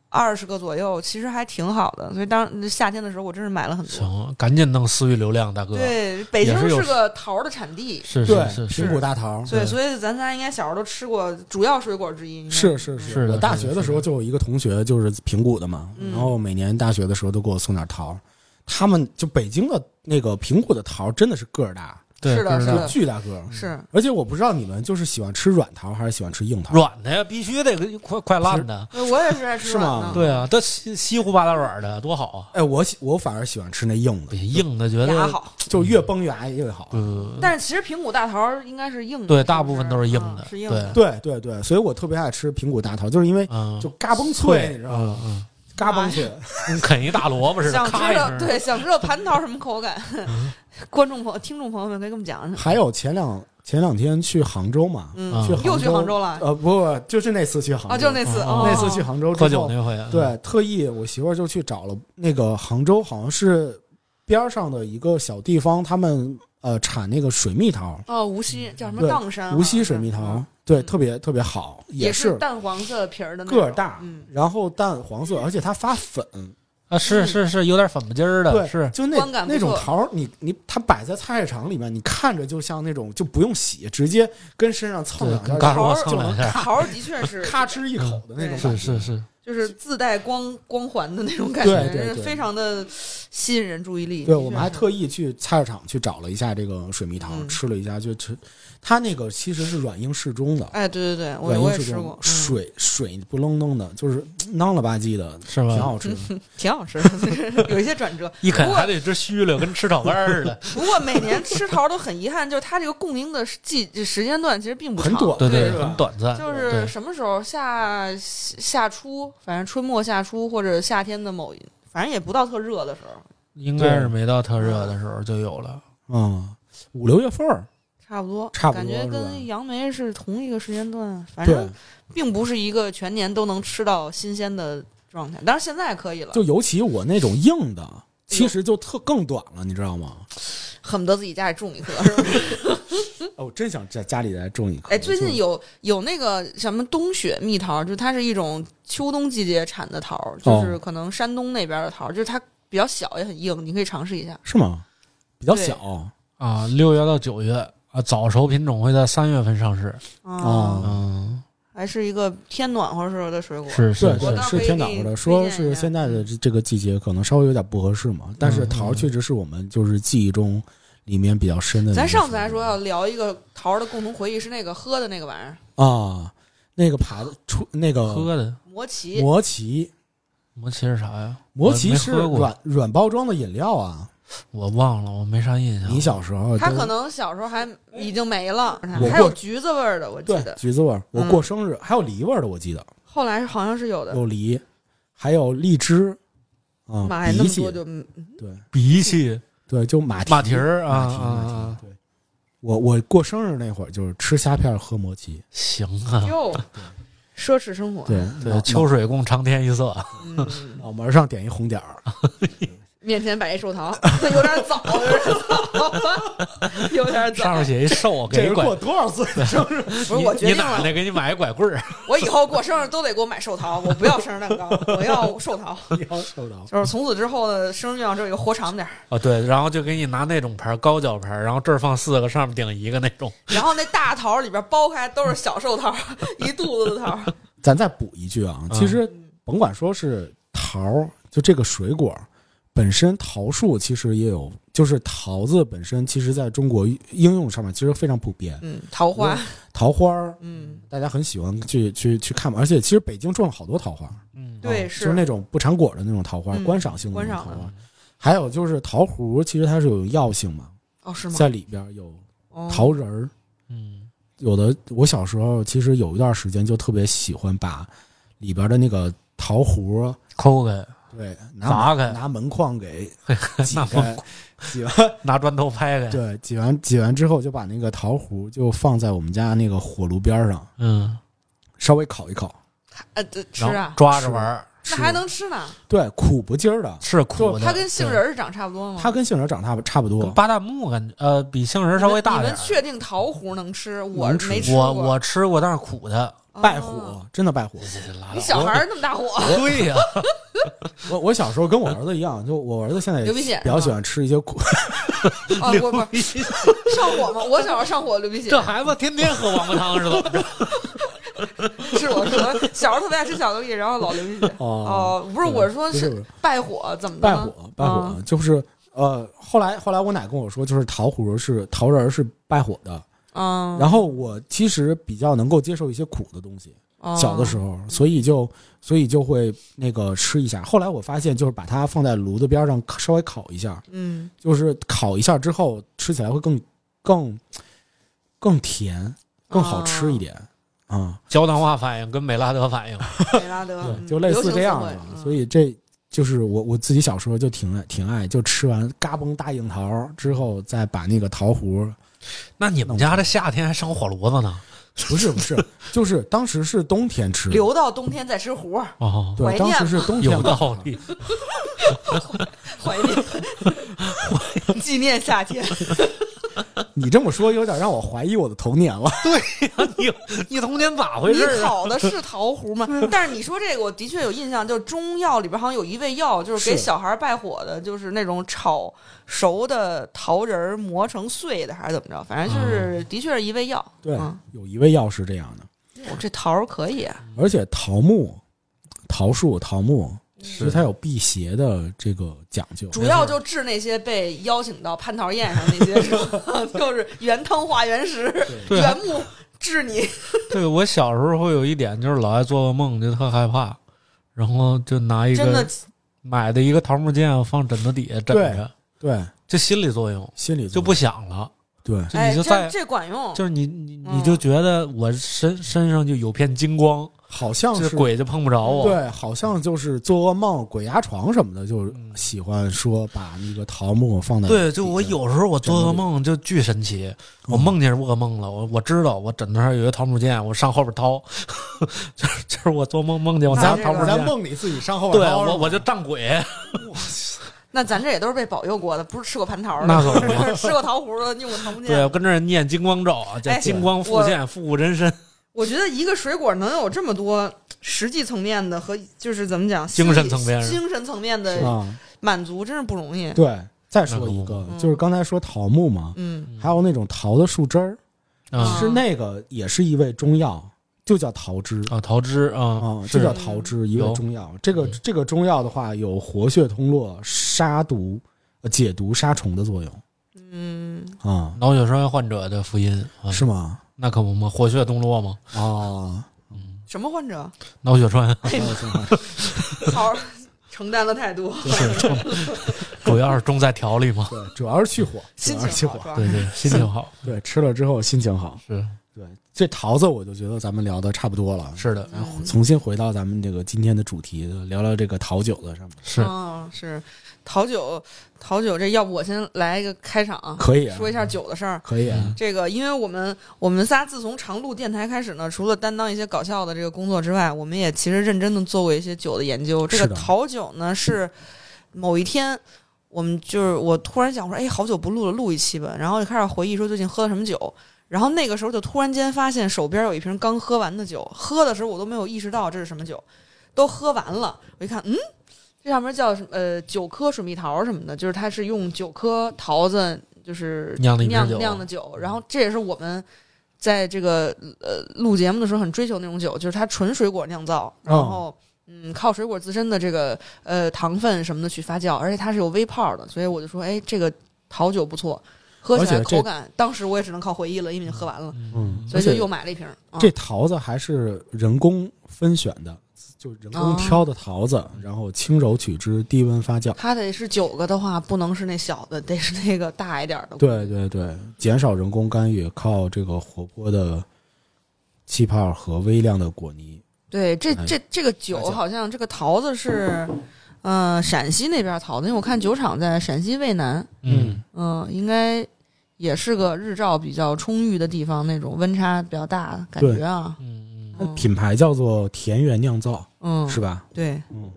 Speaker 3: 二十个左右，其实还挺好的。所以当夏天的时候，我真是买了很多。
Speaker 2: 行，赶紧弄私域流量，大哥。
Speaker 3: 对，北京
Speaker 2: 也是有
Speaker 3: 是个桃儿的产地，
Speaker 2: 是
Speaker 1: 对
Speaker 2: 是是
Speaker 1: 苹
Speaker 2: 是
Speaker 1: 果大桃儿
Speaker 3: 所以
Speaker 2: 对
Speaker 3: 所以咱仨应该小时候都吃过主要水果之一。应该
Speaker 1: 是是
Speaker 2: 是的
Speaker 1: 我
Speaker 2: 是
Speaker 1: 大
Speaker 2: 的
Speaker 1: 学
Speaker 2: 是
Speaker 1: 的时候
Speaker 2: 的
Speaker 1: 就有一个同学就是平谷的嘛，
Speaker 3: 嗯
Speaker 1: 然后每年大学的时候都给我送点桃儿。他们就北京的那个平谷的桃儿真的是个儿大，
Speaker 2: 对
Speaker 3: 是的
Speaker 2: 不知
Speaker 3: 是
Speaker 2: 道
Speaker 3: 的
Speaker 1: 就巨大个儿。
Speaker 3: 是，
Speaker 1: 而且我不知道你们就是喜欢吃软桃儿还是喜欢吃硬桃儿？
Speaker 2: 软的呀，必须得个快快烂的。
Speaker 3: 我也是爱吃
Speaker 1: 是
Speaker 3: 软
Speaker 1: 吗
Speaker 3: 的。
Speaker 2: 对啊，这西西湖八大软的多好啊！
Speaker 1: 哎，我喜我反而喜欢吃那硬
Speaker 2: 比
Speaker 1: 的，
Speaker 2: 硬的觉
Speaker 3: 牙
Speaker 2: 得，
Speaker 3: 好，
Speaker 1: 就越崩越牙越好。
Speaker 2: 嗯，
Speaker 3: 但是其实平谷大桃儿应该是硬的，
Speaker 2: 对
Speaker 3: 是不
Speaker 2: 大部分都是硬的
Speaker 3: 嗯是硬的。
Speaker 1: 对对对，所以我特别爱吃平谷大桃儿，就是因为
Speaker 2: 嗯，
Speaker 1: 就嘎嘣脆，你知道吗？
Speaker 2: 嗯嗯
Speaker 1: 嘎嘣脆，
Speaker 3: 啊
Speaker 2: 跟啃一大萝卜似的，
Speaker 3: 想知
Speaker 2: 咔一
Speaker 3: 道
Speaker 2: 声。
Speaker 3: 对想知道蟠桃什么口感，观众朋友、听众朋友们可以跟我们讲讲。
Speaker 1: 还有前两前两天去杭州嘛，
Speaker 3: 嗯，
Speaker 1: 去
Speaker 2: 嗯
Speaker 3: 又
Speaker 1: 杭
Speaker 3: 去
Speaker 1: 州
Speaker 3: 杭州了
Speaker 1: 呃，不不，就是那次去杭州，
Speaker 3: 啊，就那次，
Speaker 2: 嗯
Speaker 3: 哦
Speaker 1: 那次去杭州之
Speaker 2: 喝酒
Speaker 1: 后，
Speaker 2: 那回啊，
Speaker 1: 对，特意我媳妇儿就去找了那个杭州，好像是边儿上的一个小地方，他们呃产那个水蜜桃，
Speaker 3: 哦，无锡叫什么
Speaker 1: 对
Speaker 3: 砀山啊，
Speaker 1: 无锡水蜜桃
Speaker 3: 嗯，
Speaker 1: 对，特别特别好，
Speaker 3: 也
Speaker 1: 是
Speaker 3: 淡黄色皮儿的那种，
Speaker 1: 个儿大
Speaker 3: 嗯，，
Speaker 1: 然后淡黄色，而且它发粉，
Speaker 2: 啊，是是是，有点粉不筋儿的，
Speaker 1: 对，
Speaker 2: 是
Speaker 1: 就那
Speaker 3: 观感不
Speaker 1: 那种
Speaker 3: 错
Speaker 1: 桃儿，你你它摆在菜市场里面，你看着就像那种就不用洗，直接跟身上蹭两
Speaker 2: 跟
Speaker 1: 下，
Speaker 2: 嘎
Speaker 3: 着
Speaker 2: 我
Speaker 3: 就
Speaker 2: 蹭两下，
Speaker 3: 桃儿的确是
Speaker 1: 咔哧一口的那种感觉，
Speaker 3: 嗯
Speaker 2: 是是是，
Speaker 3: 就是自带光光环的那种感觉，
Speaker 1: 对对对
Speaker 3: 非常的吸引人注意力。
Speaker 1: 对，我们还
Speaker 3: 是
Speaker 1: 特意去菜市场去找了一下这个水蜜桃，
Speaker 3: 嗯
Speaker 1: 吃了一下，就吃它那个其实是软硬适中的，
Speaker 3: 哎，对对对，我
Speaker 1: 软硬
Speaker 3: 我也
Speaker 1: 适
Speaker 3: 吃
Speaker 1: 中
Speaker 3: 过，，嗯、
Speaker 1: 水水不愣登的，就是囔了吧唧的，
Speaker 2: 是
Speaker 1: 挺
Speaker 2: 吧？
Speaker 1: 好吃的。
Speaker 3: 挺好 吃的，有一些转折。
Speaker 2: 一啃
Speaker 3: 不过
Speaker 2: 还得直虚溜，跟吃炒肝似的。
Speaker 3: 不过每年吃桃都很遗憾，就是它这个供应的季时间段其实并不长，
Speaker 1: 很短
Speaker 2: 对
Speaker 1: 对是吧
Speaker 2: 很短暂。
Speaker 3: 就是
Speaker 2: 对
Speaker 3: 什么时候夏夏初，反正春末夏初或者夏天的某一，反正也不到特热的时候，
Speaker 2: 应该是没到特热的时候就有了。
Speaker 1: 嗯，五六月份儿，
Speaker 3: 差不多，
Speaker 1: 差不多
Speaker 3: 感觉
Speaker 1: 是吧
Speaker 3: 跟杨梅是同一个时间段，反
Speaker 1: 对
Speaker 3: 正，并不是一个全年都能吃到新鲜的状态。当然现在可以了，
Speaker 1: 就尤其我那种硬
Speaker 3: 哎
Speaker 1: 的，其实就特更短了，你知道吗？
Speaker 3: 恨不得自己家里种一棵，是吧？
Speaker 1: 哦，我真想在家里再种一棵。
Speaker 3: 哎，最近
Speaker 1: 就
Speaker 3: 有有那个什么冬雪蜜桃，就它是一种秋冬季节产的桃，就是可能山东那边的桃，就是它比较小也很硬，你可以尝试一下。
Speaker 1: 是吗？比较
Speaker 3: 对
Speaker 1: 小，
Speaker 2: 啊，六月到九月啊，早熟品种会在三月份上市。
Speaker 1: 哦
Speaker 2: 嗯，
Speaker 3: 啊还是一个天暖和时候的水果。
Speaker 1: 对
Speaker 2: 是是
Speaker 3: 我
Speaker 1: 对
Speaker 2: 是
Speaker 3: 倒，
Speaker 1: 是
Speaker 3: 可以
Speaker 1: 挺
Speaker 3: 给
Speaker 1: 暖和
Speaker 3: 你
Speaker 1: 的。
Speaker 3: 推
Speaker 1: 说
Speaker 3: 荐一
Speaker 1: 是
Speaker 3: 下
Speaker 1: 现在的这这个季节可能稍微有点不合适嘛，但是
Speaker 2: 嗯
Speaker 1: 桃
Speaker 2: 嗯
Speaker 1: 确实是我们就是记忆中里面比较深的那个
Speaker 3: 咱
Speaker 1: 是。
Speaker 3: 上次还说要聊一个桃儿的共同回忆，是那个喝的那个玩意儿，
Speaker 1: 啊，那个耙子出那个
Speaker 2: 喝的
Speaker 3: 魔奇。
Speaker 1: 魔奇，
Speaker 2: 魔奇是啥呀？
Speaker 1: 魔奇是
Speaker 2: 我没喝过
Speaker 1: 软软包装的饮料啊。
Speaker 2: 我忘了，我没啥印象。
Speaker 1: 你小时候
Speaker 3: 他
Speaker 1: 都
Speaker 3: 可能小时候还已经没了，
Speaker 1: 我
Speaker 3: 还有
Speaker 1: 过
Speaker 3: 橘子味儿的，我记
Speaker 1: 对
Speaker 3: 得。
Speaker 1: 橘子味儿，我
Speaker 3: 嗯
Speaker 1: 过生日还有梨味儿的，我记得
Speaker 3: 后来好像是有的，
Speaker 1: 有梨，还有荔枝啊，
Speaker 3: 妈呀，那
Speaker 1: 荸
Speaker 3: 么多
Speaker 1: 荠
Speaker 3: 就
Speaker 1: 对
Speaker 2: 鼻涕
Speaker 1: 对，就马蹄
Speaker 2: 马蹄儿啊
Speaker 1: 马蹄
Speaker 2: 啊
Speaker 1: 马蹄
Speaker 2: 啊！
Speaker 1: 对，我我过生日那会儿就是吃虾片儿喝魔奇，
Speaker 2: 行啊，
Speaker 3: 哟，奢侈生活。
Speaker 1: 对
Speaker 2: 对，
Speaker 1: 脑
Speaker 2: 秋水共长天一色。啊
Speaker 3: 嗯，
Speaker 1: 脑门上点一红点儿，
Speaker 3: 面前摆一寿桃， 有点早，有点早，有点早。
Speaker 2: 上面写一瘦，给
Speaker 1: 这
Speaker 2: 一
Speaker 1: 是
Speaker 2: 拐，
Speaker 1: 过多少岁的 生日？
Speaker 3: 不是我
Speaker 2: 你
Speaker 3: 决
Speaker 2: 你
Speaker 3: 定
Speaker 2: 奶
Speaker 3: 了，
Speaker 2: 奶给你买一拐棍儿，
Speaker 3: 我以后过生日都得给我买寿桃，我不要生日蛋糕，我要寿桃。
Speaker 1: 你要收到
Speaker 3: 就是从此之后的生日愿望只有一个活长点儿，
Speaker 2: 哦，对，然后就给你拿那种牌高脚牌，然后这儿放四个，上面顶一个那种。
Speaker 3: 然后那大桃里边剥开都是小寿桃，一肚子的桃。
Speaker 1: 咱再补一句啊，其实甭管说是桃儿，就这个水果儿本身，桃树其实也有，就是桃子本身，其实在中国应用上面其实非常普遍。
Speaker 3: 嗯，桃花，
Speaker 1: 桃花儿，
Speaker 3: 嗯，
Speaker 1: 大家很喜欢去去去看嘛，而且其实北京种了好多桃花，
Speaker 2: 嗯，
Speaker 3: 对，
Speaker 1: 啊就是那种不产果的那种桃花，
Speaker 3: 嗯
Speaker 1: 观赏性的那种
Speaker 3: 观
Speaker 1: 桃
Speaker 3: 赏的
Speaker 1: 花。还有就是桃核，其实它是有药性嘛，
Speaker 3: 哦，是吗？
Speaker 1: 在里边有
Speaker 3: 哦
Speaker 1: 桃仁儿，
Speaker 2: 嗯，
Speaker 1: 有的我小时候其实有一段时间就特别喜欢把里边的那个桃核，
Speaker 2: 抠开，
Speaker 1: 对，拿
Speaker 2: 砸开，
Speaker 1: 拿门框给挤
Speaker 2: 拿门
Speaker 1: 开，挤完
Speaker 2: 拿砖头拍开。
Speaker 1: 对挤完挤完之后，就把那个桃核就放在我们家那个火炉边上，
Speaker 2: 嗯，
Speaker 1: 稍微烤一烤，
Speaker 3: 呃，这吃
Speaker 2: 然后
Speaker 3: 啊，
Speaker 2: 抓着玩儿，
Speaker 3: 那
Speaker 1: 吃
Speaker 3: 还能吃呢？
Speaker 1: 对苦不劲儿的，
Speaker 3: 哦
Speaker 2: 是苦的。
Speaker 3: 它跟杏仁儿长差不多吗？
Speaker 1: 它跟杏仁长差不差不
Speaker 2: 对
Speaker 1: 多
Speaker 2: 跟，巴旦木感觉，呃，比杏仁稍微大
Speaker 3: 你
Speaker 2: 点
Speaker 3: 们
Speaker 2: 儿。
Speaker 3: 确定桃核能吃？我
Speaker 1: 能吃
Speaker 3: 没吃过。
Speaker 2: 我我吃过，但是苦的。
Speaker 3: 啊
Speaker 1: 败火真的败火。
Speaker 2: 拉倒
Speaker 3: 你小孩儿那么大火，啊
Speaker 2: 对呀，
Speaker 1: 我我小时候跟我儿子一样，就我儿子现在也
Speaker 3: 流鼻血
Speaker 1: 比较
Speaker 3: 是
Speaker 1: 喜
Speaker 3: 吗
Speaker 1: 欢吃一些苦，
Speaker 3: 啊，我不
Speaker 2: 流鼻血
Speaker 3: 上火 吗？我小时候上火流鼻血，
Speaker 2: 这孩子天天喝王八汤是怎么着？
Speaker 3: 是我可能小时候特别爱吃巧克力，然后老流鼻血。
Speaker 1: 哦，
Speaker 3: 哦，不是，我是说
Speaker 1: 不是不
Speaker 3: 是
Speaker 1: 是
Speaker 3: 败火怎么的
Speaker 1: 败
Speaker 3: 呢？
Speaker 1: 火败火，
Speaker 3: 嗯
Speaker 1: 就是呃，后来后来我奶跟我说，就是桃核是桃仁儿是败火的，
Speaker 3: 嗯，
Speaker 1: 然后我其实比较能够接受一些苦的东西，
Speaker 3: 后
Speaker 1: 小的时
Speaker 3: 候，
Speaker 1: 候，所以就所以就会那个吃一下。后来我发现，就是把它放在炉子边上稍微烤一下，
Speaker 3: 嗯，
Speaker 1: 就是烤一下之后吃起来会更更更甜，更好
Speaker 3: 哦
Speaker 1: 吃一点啊、
Speaker 2: 焦糖化反应跟美拉德反应，
Speaker 3: 美拉德，嗯
Speaker 1: 对，就类似这样的
Speaker 3: 流行词汇。嗯
Speaker 1: 所以这就是我我自己小时候就挺爱挺爱，就吃完嘎嘣大硬桃之后，再把那个桃核
Speaker 2: 那你们家这夏天还生火炉子呢？
Speaker 1: 不是不是，就是当时是冬天吃。
Speaker 3: 留到冬天再吃糊，
Speaker 2: 哦，
Speaker 3: 怀
Speaker 1: 对，当
Speaker 3: 念
Speaker 1: 时是冬天
Speaker 2: 有
Speaker 1: 嘛
Speaker 2: 道理。
Speaker 3: 怀念 纪念夏天。
Speaker 1: 你这么说有点让我怀疑我的童年了。
Speaker 2: 你你童年咋回
Speaker 3: 你
Speaker 2: 事啊？
Speaker 3: 烤的是桃核吗？但是你说这个，我的确有印象，就是中药里边好像有一味药，就是给
Speaker 1: 是
Speaker 3: 小孩败火的，就是那种炒熟的桃仁儿磨成碎的，还是怎么着？反正就是的确是一味药。
Speaker 1: 对
Speaker 3: 嗯，
Speaker 1: 有一味药是这样的，
Speaker 3: 我这桃儿可以啊，
Speaker 2: 嗯
Speaker 1: 而且桃木、桃树、桃木，其
Speaker 2: 是
Speaker 1: 实它有辟邪的这个讲究。
Speaker 3: 嗯主要就治那些被邀请到蟠桃宴上那些 是吧，就是原汤化原食，
Speaker 2: 对啊
Speaker 3: 原木治你。
Speaker 2: 对我小时候会有一点，就是老爱做噩梦，就特害怕，然后就拿一
Speaker 3: 真的
Speaker 2: 个买的一个桃木剑放枕头底下枕着，
Speaker 1: 对
Speaker 2: 就心理作用
Speaker 1: 心理作
Speaker 2: 就
Speaker 1: 用
Speaker 2: 不想了，
Speaker 1: 对，
Speaker 2: 就
Speaker 3: 哎，
Speaker 2: 你就
Speaker 3: 这
Speaker 2: 在
Speaker 3: 这管用，
Speaker 2: 就是你你
Speaker 3: 嗯
Speaker 2: 你就觉得我身身上就有片金光，
Speaker 1: 好像
Speaker 3: 哦
Speaker 2: 这
Speaker 1: 是
Speaker 2: 鬼就碰不着我。
Speaker 1: 对，好像就是做噩梦、鬼压床什么的，就
Speaker 2: 嗯
Speaker 1: 喜欢说把那个桃木放在
Speaker 2: 对，就
Speaker 1: 底下
Speaker 2: 我有时候我做
Speaker 1: 枕头
Speaker 2: 噩
Speaker 1: 底
Speaker 2: 梦就巨神奇，我
Speaker 1: 嗯
Speaker 2: 梦见是噩梦了，我我知道我枕头上有一个桃木剑，我上后边掏， 就是就是我做梦梦见我
Speaker 3: 那
Speaker 2: 拿
Speaker 3: 这
Speaker 2: 桃
Speaker 3: 个
Speaker 2: 木
Speaker 1: 在
Speaker 2: 剑，
Speaker 1: 梦里自己上后
Speaker 2: 对
Speaker 1: 边掏
Speaker 2: 我
Speaker 1: 是吧
Speaker 2: 我就当鬼，
Speaker 3: 那咱这也都是被保佑过的，不是吃过蟠桃的，
Speaker 2: 那可不
Speaker 3: 吃过桃核的，用过桃木剑
Speaker 2: 对，我啊跟这儿念金光咒，叫
Speaker 3: 哎
Speaker 2: 金光复现，复古真身，
Speaker 3: 我觉得一个水果能有这么多实际层面的和就是怎么讲
Speaker 2: 精神层面
Speaker 3: 心理精神层面
Speaker 1: 是
Speaker 3: 的
Speaker 1: 啊，
Speaker 3: 满足，真是不容易。
Speaker 1: 对。再说
Speaker 2: 那可
Speaker 1: 一
Speaker 2: 不
Speaker 1: 个，
Speaker 3: 嗯
Speaker 1: 就是刚才说桃木嘛，
Speaker 3: 嗯，
Speaker 1: 还有那种桃的树枝儿，
Speaker 2: 啊
Speaker 3: 啊
Speaker 1: 是那个也是一味中药，就叫桃枝。
Speaker 2: 啊，桃枝啊
Speaker 1: 啊，，这
Speaker 2: 是
Speaker 1: 叫桃枝，一
Speaker 2: 有嗯
Speaker 1: 味中药。这个这个中药的话，有活血通络、杀毒、呃解毒、杀虫的作用。
Speaker 3: 嗯，
Speaker 1: 啊，
Speaker 2: 脑血栓患者的福音啊，
Speaker 1: 是吗？
Speaker 2: 那可不嘛，活血动络嘛，
Speaker 1: 哦，
Speaker 3: 什么患者？
Speaker 2: 脑血栓
Speaker 3: 好，承担了太多，
Speaker 2: 主要是重在调理 嘛。
Speaker 1: 对，主要是去火，主
Speaker 3: 心
Speaker 1: 要是去
Speaker 3: 情好
Speaker 1: 火
Speaker 3: 是，吧
Speaker 2: 对对，心情好
Speaker 1: 对，吃了之后心情好。
Speaker 2: 是
Speaker 1: 对，这桃子我就觉得咱们聊的差不多了，
Speaker 2: 是的，
Speaker 1: 咱重新回到咱们这个今天的主题，聊聊这个桃酒的上面，
Speaker 2: 是
Speaker 3: 嗯，是桃酒，桃酒，这要不我先来一个开场啊，嗯
Speaker 1: 可以啊，
Speaker 3: 说一下酒的事儿。
Speaker 1: 可以啊，
Speaker 3: 这个，因为我们我们仨自从长录电台开始呢，除了担当一些搞笑的这个工作之外，我们也其实认真的做过一些酒的研究。这
Speaker 1: 是
Speaker 3: 个
Speaker 1: 的
Speaker 3: 桃酒呢，是某一天我们就是我突然想说，哎，好久不录了，录一期吧。然后就开始回忆说最近喝了什么酒。然后那个时候就突然间发现手边有一瓶刚喝完的酒，喝的时候我都没有意识到这是什么酒，都喝完了，我一看，嗯。这上面叫什么？呃，九颗水蜜桃什么的，就是它是用九颗桃子，就是
Speaker 2: 酿的一瓶
Speaker 3: 酿
Speaker 2: 酒
Speaker 3: 酿的酒。然后这也是我们在这个呃录节目的时候很追求那种酒，就是它纯水果酿造，然后、嗯靠水果自身的这个呃糖分什么的去发酵，而且它是有微泡的，所以我就说，哎，这个桃酒不错，喝起
Speaker 1: 而且
Speaker 3: 来
Speaker 1: 这
Speaker 3: 口感，当时我也只能靠回忆了，因为你喝完了，
Speaker 1: 嗯，
Speaker 3: 所以就又买了一瓶。啊
Speaker 1: 这桃子还是人工分选的，就人
Speaker 3: 哦
Speaker 1: 工挑的桃子，然后轻柔取汁，低温发酵。
Speaker 3: 它得是九个的话，不能是那小的，得是那个大一点的。
Speaker 1: 对对对，减少人工干预，靠这个活泼的气泡和微量的果泥。
Speaker 3: 对，这
Speaker 1: 哎
Speaker 3: 这这个酒
Speaker 1: 大家
Speaker 3: 好像这个桃子是，呃，陕西那边桃子，因为我看酒厂在陕西渭南，
Speaker 2: 嗯，
Speaker 3: 嗯、应该也是个日照比较充裕的地方，那种温差比较大的感觉啊。
Speaker 2: 嗯
Speaker 1: 那
Speaker 3: 嗯
Speaker 1: 品牌叫做田园酿造，
Speaker 3: 嗯，
Speaker 1: 是吧？
Speaker 3: 对，
Speaker 1: 嗯，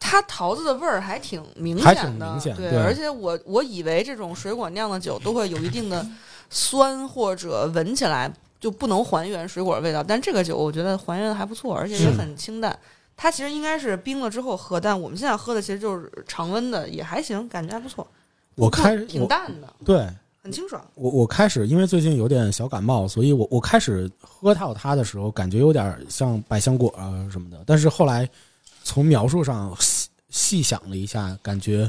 Speaker 3: 它桃子的味儿还挺明
Speaker 1: 还
Speaker 3: 显的，
Speaker 1: 挺明显
Speaker 3: 对，
Speaker 1: 对
Speaker 3: 而且我我以为这种水果酿的酒都会有一定的酸，或者闻起来就不能还原水果味道，但这个酒我觉得还原的还不错，而且也
Speaker 1: 是
Speaker 3: 很清淡。它其实应该是冰了之后喝，但我们现在喝的其实就是常温的，也还行，感觉还不错。
Speaker 1: 我开始
Speaker 3: 挺
Speaker 1: 我
Speaker 3: 淡的，
Speaker 1: 对
Speaker 3: 很清爽。
Speaker 1: 我我开始因为最近有点小感冒，所以我我开始喝到它的时候，感觉有点像百香果啊什么的。但是后来从描述上细细想了一下，感觉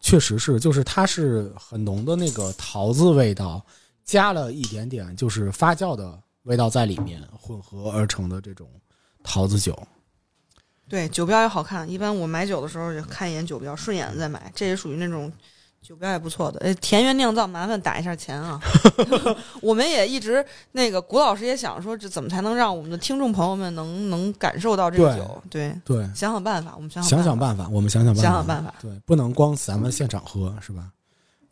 Speaker 1: 确实是，就是它是很浓的那个桃子味道，加了一点点就是发酵的味道在里面混合而成的这种桃子酒。
Speaker 3: 对，酒标也好看。一般我买酒的时候也看一眼酒标，顺眼了再买。这也属于那种酒标也不错的。哎，田园酿造，麻烦打一下钱啊！我们也一直那个谷老师也想说，这怎么才能让我们的听众朋友们能能感受到这个
Speaker 1: 对
Speaker 3: 酒？对，
Speaker 1: 对，
Speaker 3: 想想办法，我们想
Speaker 1: 想
Speaker 3: 想
Speaker 1: 想
Speaker 3: 办
Speaker 1: 办法，我们想想办法，
Speaker 3: 想想办法。
Speaker 1: 对，不能光咱们现场喝是吧？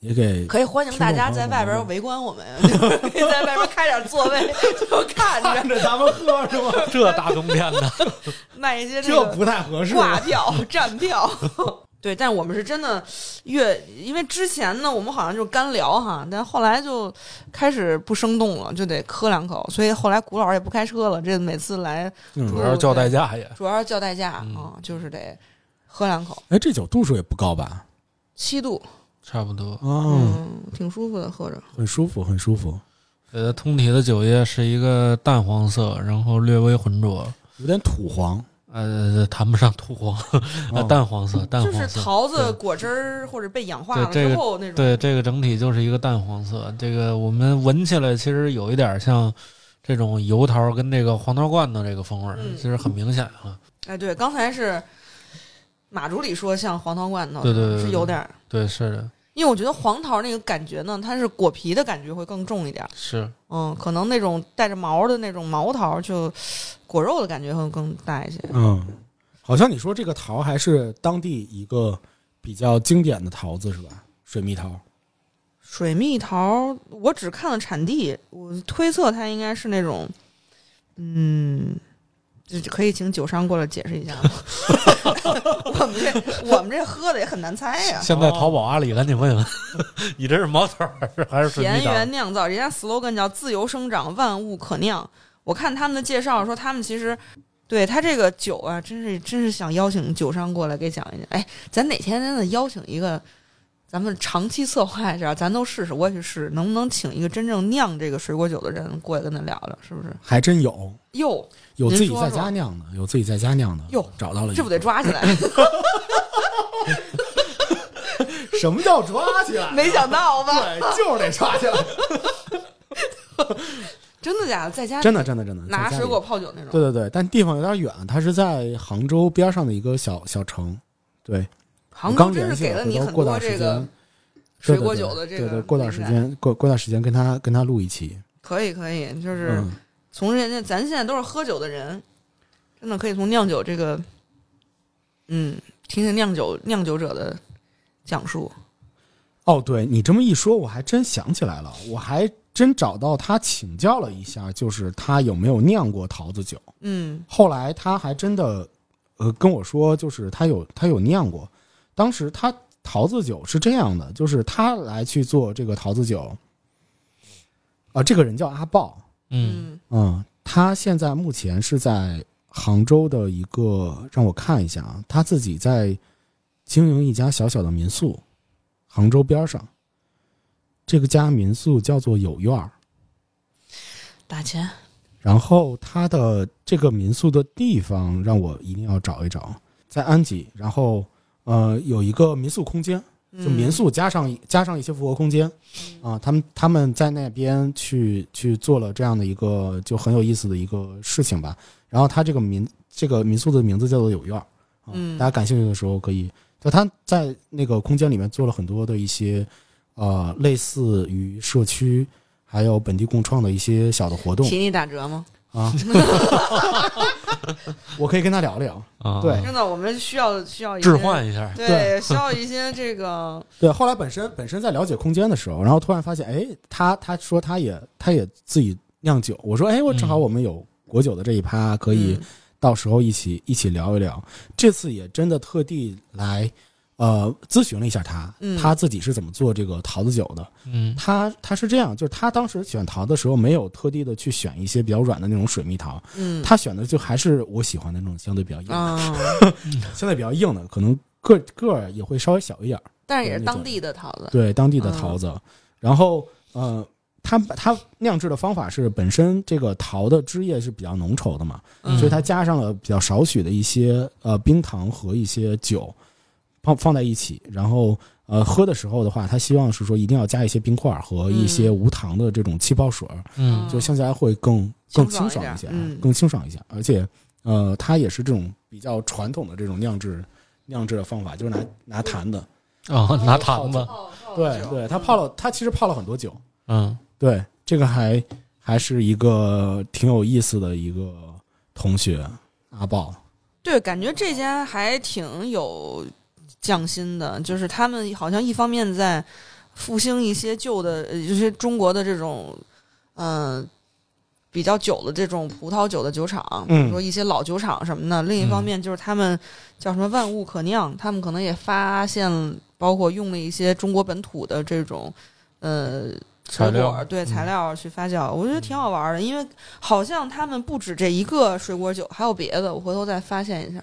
Speaker 1: 也给
Speaker 3: 可以欢迎大家在外边围观我们， 可以在外边开点座位，就看着
Speaker 1: 着咱们喝是吗？
Speaker 2: 这大冬天的，
Speaker 3: 卖一些这
Speaker 1: 这
Speaker 3: 个
Speaker 1: 不太合适。
Speaker 3: 挂 票、站票。对，但我们是真的越，因为之前呢，我们好像就是干聊哈，但后来就开始不生动了，就得喝两口，所以后来古老师也不开车了，这每次来
Speaker 1: 嗯
Speaker 2: 主要是叫代驾也
Speaker 3: 主要是叫代驾啊、
Speaker 2: 嗯
Speaker 3: 就是得喝两口，
Speaker 1: 哎，这酒度数也不高吧？
Speaker 3: 七度，
Speaker 2: 差不多。
Speaker 1: 哦，
Speaker 3: 嗯，挺舒服的，喝着。
Speaker 1: 很舒服，很舒服，
Speaker 2: 呃，通体的酒液是一个淡黄色，然后略微浑浊，
Speaker 1: 有点土黄，
Speaker 2: 呃，谈不上土黄，呃，
Speaker 1: 哦
Speaker 2: 淡黄色，淡
Speaker 3: 就
Speaker 2: 黄
Speaker 3: 是
Speaker 2: 色。
Speaker 3: 桃子
Speaker 2: 对
Speaker 3: 果汁儿或者被氧化
Speaker 2: 对
Speaker 3: 了
Speaker 2: 这
Speaker 3: 之
Speaker 2: 个
Speaker 3: 后那种，
Speaker 2: 对，这个整体就是一个淡黄色。这个我们闻起来其实有一点像这种油桃跟这个黄桃罐头这个风味儿，
Speaker 3: 嗯
Speaker 2: 其实很明显啊。
Speaker 3: 哎对，刚才是马助理说像黄桃罐头，
Speaker 2: 对对对对
Speaker 3: 是有点儿，
Speaker 2: 对，是的，
Speaker 3: 因为我觉得黄桃那个感觉呢，它是果皮的感觉会更重一点儿。
Speaker 2: 是
Speaker 3: 嗯，可能那种带着毛的那种毛桃，就果肉的感觉会更大一些。
Speaker 1: 嗯，好像你说这个桃还是当地一个比较经典的桃子是吧？水蜜桃，
Speaker 3: 水蜜桃，我只看了产地，我推测它应该是那种，嗯，这可以请酒商过来解释一下吗？ 我们这我们这喝的也很难猜呀、
Speaker 2: 现在淘宝阿里赶紧问问， 你这是毛桃儿还是水
Speaker 3: 田
Speaker 2: 蜜桃？
Speaker 3: 园酿造，人家 slogan 叫“自由生长，万物可酿”。我看他们的介绍说，他们其实对他这个酒啊，真是真是想邀请酒商过来给讲一讲。哎，咱哪天真的邀请一个，咱们长期策划一下，咱都试试，我也去试，能不能请一个真正酿这个水果酒的人过来跟咱聊聊，是不是？
Speaker 1: 还真有，
Speaker 3: 哟，
Speaker 1: 有自己
Speaker 3: 您说
Speaker 1: 在
Speaker 3: 说
Speaker 1: 家酿的，有自己在家酿的，
Speaker 3: 哟
Speaker 1: 找到了一个，
Speaker 3: 这不得抓起来？
Speaker 1: 什么叫抓起来？
Speaker 3: 没想 到吧？
Speaker 1: 对，就是得抓起来。
Speaker 3: 真的假的？在 家
Speaker 1: 真的，真的，真的。
Speaker 3: 拿
Speaker 1: 在家里
Speaker 3: 水果泡酒那种，
Speaker 1: 对对对，但地方有点远，它是在杭州边上的一个小小城。对，
Speaker 3: 杭
Speaker 1: 我
Speaker 3: 州
Speaker 1: 刚
Speaker 3: 真
Speaker 1: 联
Speaker 3: 是
Speaker 1: 系
Speaker 3: 给
Speaker 1: 了，
Speaker 3: 了
Speaker 1: 回
Speaker 3: 你
Speaker 1: 头
Speaker 3: 很
Speaker 1: 过
Speaker 3: 多
Speaker 1: 段时
Speaker 3: 这
Speaker 1: 间，
Speaker 3: 个
Speaker 1: 对
Speaker 3: 水
Speaker 1: 对
Speaker 3: 果
Speaker 1: 对
Speaker 3: 酒的这
Speaker 1: 对对，
Speaker 3: 个。
Speaker 1: 过段时，间，过过段时间跟他跟他录一期，
Speaker 3: 可以可以，就是
Speaker 1: 嗯，
Speaker 3: 从人家咱现在都是喝酒的人，真的可以从酿酒这个，嗯，听听酿酒酿酒者的讲述。
Speaker 1: 哦，对你这么一说，我还真想起来了，我还真找到他请教了一下，就是他有没有酿过桃子酒。
Speaker 3: 嗯
Speaker 1: 后来他还真的，呃，跟我说，就是他有他有酿过。当时他桃子酒是这样的，就是他来去做这个桃子酒，啊、这个人叫阿豹，
Speaker 2: 嗯，
Speaker 1: 嗯，他现在目前是在杭州的一个，让我看一下啊，他自己在经营一家小小的民宿，杭州边上。这个家民宿叫做有院儿，
Speaker 3: 打钱，
Speaker 1: 然后他的这个民宿的地方让我一定要找一找，在安吉，然后呃有一个民宿空间，
Speaker 3: 嗯
Speaker 1: 就民宿加上、加上一些复合空间，啊，他们他们在那边去去做了这样的一个就很有意思的一个事情吧。然后他这个民这个民宿的名字叫做有院儿，啊
Speaker 3: 嗯
Speaker 1: 大家感兴趣的时候可以，就他在那个空间里面做了很多的一些呃类似于社区还有本地共创的一些小的活动
Speaker 3: 提你打折吗？
Speaker 1: 啊。我可以跟他聊聊，
Speaker 2: 啊
Speaker 1: 对
Speaker 3: 真的，我们需要需要一些
Speaker 2: 置换，一下，
Speaker 3: 对，
Speaker 1: 对
Speaker 3: 需要一些这个，
Speaker 1: 对，后来本身本身在了解空间的时候，然后突然发现，哎，他他说他也他也自己酿酒，我说，哎，我正好
Speaker 2: 嗯
Speaker 1: 我们有国酒的这一趴， 可以
Speaker 3: 嗯
Speaker 1: 到时候一起一起聊一聊。这次也真的特地来，呃，咨询了一下他，
Speaker 3: 嗯
Speaker 1: 他自己是怎么做这个桃子酒的。
Speaker 2: 嗯
Speaker 1: 他他是这样，就是他当时选桃的时候，没有特地的去选一些比较软的那种水蜜桃，
Speaker 3: 嗯
Speaker 1: 他选的就还是我喜欢的那种相对比较硬的，
Speaker 3: 啊，
Speaker 1: 相对比较硬的，可能个个儿也会稍微小一点儿。
Speaker 3: 但是也是当地的嗯桃子，
Speaker 1: 对当地的桃子。然后呃，它它酿制的方法是本身这个桃的汁液是比较浓稠的嘛，
Speaker 3: 嗯
Speaker 1: 所以它加上了比较少许的一些呃冰糖和一些酒放放在一起，然后。呃，喝的时候的话，他希望是说一定要加一些冰块儿和一
Speaker 3: 嗯
Speaker 1: 些无糖的这种气泡水儿，
Speaker 2: 嗯
Speaker 1: 就相起来会更更
Speaker 3: 清
Speaker 1: 清
Speaker 3: 爽
Speaker 1: 爽
Speaker 3: 一
Speaker 1: 一
Speaker 3: 点
Speaker 1: 些，啊
Speaker 3: 嗯
Speaker 1: 更清爽一些。而且，呃，它也是这种比较传统的这种酿制酿制的方法，就是拿拿坛子，
Speaker 3: 嗯
Speaker 2: 啊，拿糖子，
Speaker 1: 对对，他泡了，他其实泡了很多酒。
Speaker 2: 嗯
Speaker 1: 对，这个还还是一个挺有意思的一个同学阿豹。
Speaker 3: 对，感觉这家还挺有匠心的，就是他们好像一方面在复兴一些旧的，呃就是中国的这种，嗯、比较久的这种葡萄酒的酒厂，比如说一些老酒厂什么的。另一方面就是他们叫什么万物可酿，他们可能也发现，包括用了一些中国本土的这种，呃，
Speaker 2: 材料
Speaker 3: 水果对材料去发酵，我觉得挺好玩的，因为好像他们不止这一个水果酒，还有别的，我回头再发现一下。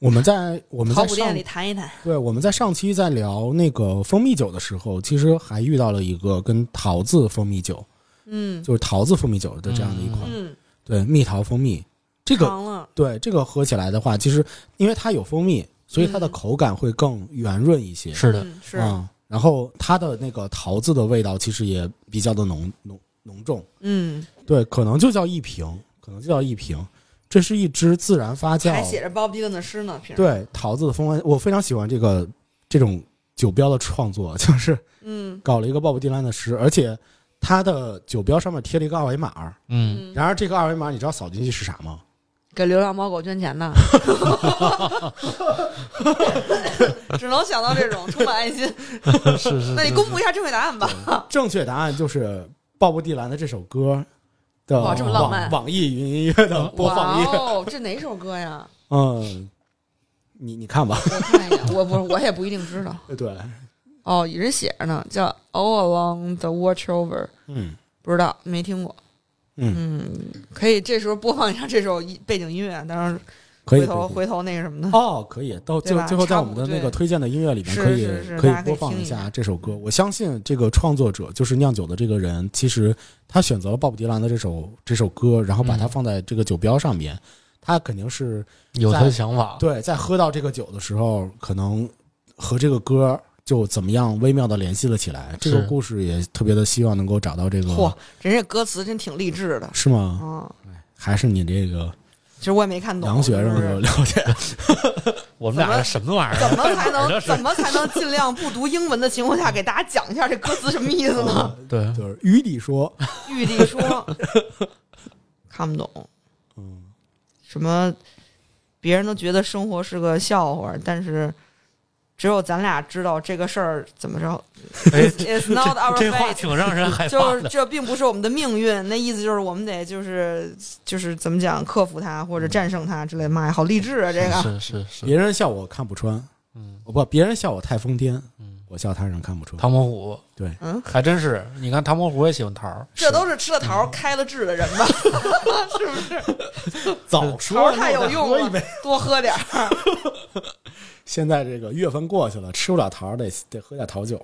Speaker 1: 我们在我们
Speaker 3: 考
Speaker 1: 在
Speaker 3: 古店
Speaker 1: 上
Speaker 3: 里谈一谈，
Speaker 1: 对我们在上期在聊那个蜂蜜酒的时候，其实还遇到了一个跟桃子蜂蜜酒，
Speaker 3: 嗯
Speaker 1: 就是桃子蜂蜜酒的这样的一款，
Speaker 3: 嗯，
Speaker 1: 对蜜桃蜂蜜这个
Speaker 3: 尝了，
Speaker 1: 对这个喝起来的话，其实因为它有蜂蜜，所以它的
Speaker 3: 嗯
Speaker 1: 口感会更圆润一些。
Speaker 2: 是的，
Speaker 3: 嗯是，
Speaker 1: 啊、然后它的那个桃子的味道其实也比较的浓浓浓重，
Speaker 3: 嗯，
Speaker 1: 对，可能就叫一瓶，可能就叫一瓶。这是一支自然发酵
Speaker 3: 还，写着 Bob Dylan 的诗呢，平时，
Speaker 1: 对桃子的风味，我非常喜欢这个这种酒标的创作，就是
Speaker 3: 嗯
Speaker 1: 搞了一个鲍勃迪兰的诗，而且它的酒标上面贴了一个二维码儿。
Speaker 2: 嗯，
Speaker 3: 嗯，
Speaker 1: 然而这个二维码你知道扫进去是啥吗？
Speaker 3: 给流浪猫狗捐钱呢，只能想到这种充满爱心。
Speaker 2: 是是
Speaker 3: 嗯那你公布一下正确答案吧。
Speaker 1: 正确答案就是鲍勃迪兰的这首歌的
Speaker 3: 哇
Speaker 1: 网
Speaker 3: 这么浪漫
Speaker 1: 网易云音乐的播放
Speaker 3: 哇
Speaker 1: 页。
Speaker 3: 哦，这哪首歌呀？
Speaker 1: 嗯，你你看吧，
Speaker 3: 我看一眼，我不是我也不一定知道。
Speaker 1: 对，
Speaker 3: 哦，人写着呢，叫 All Along the Watchover，
Speaker 1: 嗯
Speaker 3: 不知道没听过。
Speaker 1: 嗯，
Speaker 3: 嗯，可以这时候播放一下这首一背景音乐，当然
Speaker 1: 可以
Speaker 3: 回头
Speaker 1: 可以
Speaker 3: 回头那个什么的。
Speaker 1: 哦，可以，到
Speaker 3: 对
Speaker 1: 最
Speaker 3: 吧
Speaker 1: 最后在
Speaker 3: 插
Speaker 1: 我们的
Speaker 3: 入
Speaker 1: 那
Speaker 3: 对
Speaker 1: 个推荐的音乐里面
Speaker 3: 是
Speaker 1: 可以
Speaker 3: 是是
Speaker 1: 可以
Speaker 3: 大家可以
Speaker 1: 播放
Speaker 3: 听
Speaker 1: 一
Speaker 3: 一下
Speaker 1: 下这首歌。我相信这个创作者就是酿酒的这个人，其实他选择了鲍勃迪兰的这首这首歌，然后把它
Speaker 2: 嗯
Speaker 1: 放在这个酒标上面，他肯定是
Speaker 2: 有他的想法，
Speaker 1: 对在喝到这个酒的时候，可能和这个歌就怎么样微妙的联系了起来。这个
Speaker 2: 是
Speaker 1: 故事也特别的希望能够找到这
Speaker 3: 嚯
Speaker 1: 个，，
Speaker 3: 人家歌词真挺励志的。
Speaker 1: 是吗？
Speaker 3: 嗯，
Speaker 1: 还是你这个
Speaker 3: 其实我也没看懂。
Speaker 1: 杨学生的
Speaker 3: 就是
Speaker 1: 了解？
Speaker 2: 我们俩
Speaker 3: 怎么
Speaker 2: 这什么玩意儿？
Speaker 3: 怎么才
Speaker 2: 哪儿
Speaker 3: 能
Speaker 2: 的事
Speaker 3: 怎么才能尽量不读英文的情况下给大家讲一下这歌词什么意思呢？
Speaker 2: 对，
Speaker 1: 就是于理说，
Speaker 3: 玉帝说看不懂
Speaker 1: 嗯，
Speaker 3: 什么，别人都觉得生活是个笑话，但是只有咱俩知道这个事儿怎么着。
Speaker 2: 哎，
Speaker 3: It's not our
Speaker 2: 这话
Speaker 3: fate，
Speaker 2: 挺让人害
Speaker 3: 就
Speaker 2: 怕
Speaker 3: 是
Speaker 2: 的。
Speaker 3: 这并不是我们的命运。那意思就是我们得就是就是怎么讲克服它或者战胜它之类的。妈呀，好励志啊！这个
Speaker 2: 是是是，
Speaker 1: 别人笑我看不穿，
Speaker 2: 嗯
Speaker 1: 哦不，别人笑我太疯癫，
Speaker 2: 嗯，
Speaker 1: 我笑他人看不穿。
Speaker 2: 唐伯虎
Speaker 1: 对，
Speaker 3: 嗯，
Speaker 2: 还真是，你看唐伯虎也喜欢桃儿，
Speaker 3: 这都是吃了桃儿开了智的人吧？
Speaker 2: 嗯
Speaker 3: 是不是？
Speaker 1: 早
Speaker 3: 桃
Speaker 1: 说
Speaker 3: 儿太有用
Speaker 1: 那我再喝一
Speaker 3: 了
Speaker 1: 杯。，
Speaker 3: 多喝点儿。
Speaker 1: 现在这个月份过去了，吃不了桃儿得得喝点桃酒。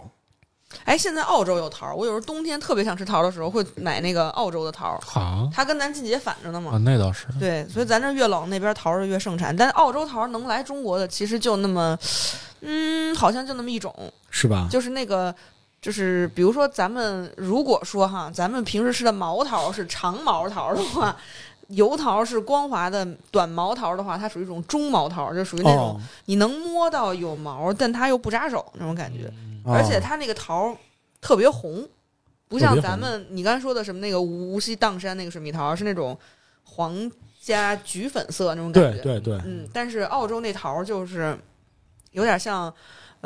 Speaker 3: 哎，现在澳洲有桃儿，我有时候冬天特别想吃桃儿的时候，会买那个澳洲的桃儿，
Speaker 2: 好
Speaker 3: 它跟咱季节反着呢
Speaker 2: 啊，
Speaker 3: 嘛。
Speaker 2: 那倒是，
Speaker 3: 对，所以咱这越冷，那边桃儿就越盛产。但澳洲桃儿能来中国的，其实就那么，嗯，好像就那么一种，
Speaker 1: 是吧？
Speaker 3: 就是那个，就是比如说咱们如果说哈，咱们平时吃的毛桃儿是长毛桃儿的话，油桃儿是光滑的短毛桃儿的话，它属于一种中毛桃儿，就属于那种
Speaker 1: 哦，
Speaker 3: 你能摸到有毛，但它又不扎手那种感觉。
Speaker 2: 嗯
Speaker 1: 哦
Speaker 3: 而且它那个桃儿特别红，不
Speaker 1: 特
Speaker 3: 像
Speaker 1: 别
Speaker 3: 咱们你刚才说的什么那个无锡砀山那个水蜜桃，是那种黄加橘粉色那种感
Speaker 1: 对
Speaker 3: 觉。
Speaker 1: 对对，
Speaker 3: 嗯，但是澳洲那桃儿就是有点像。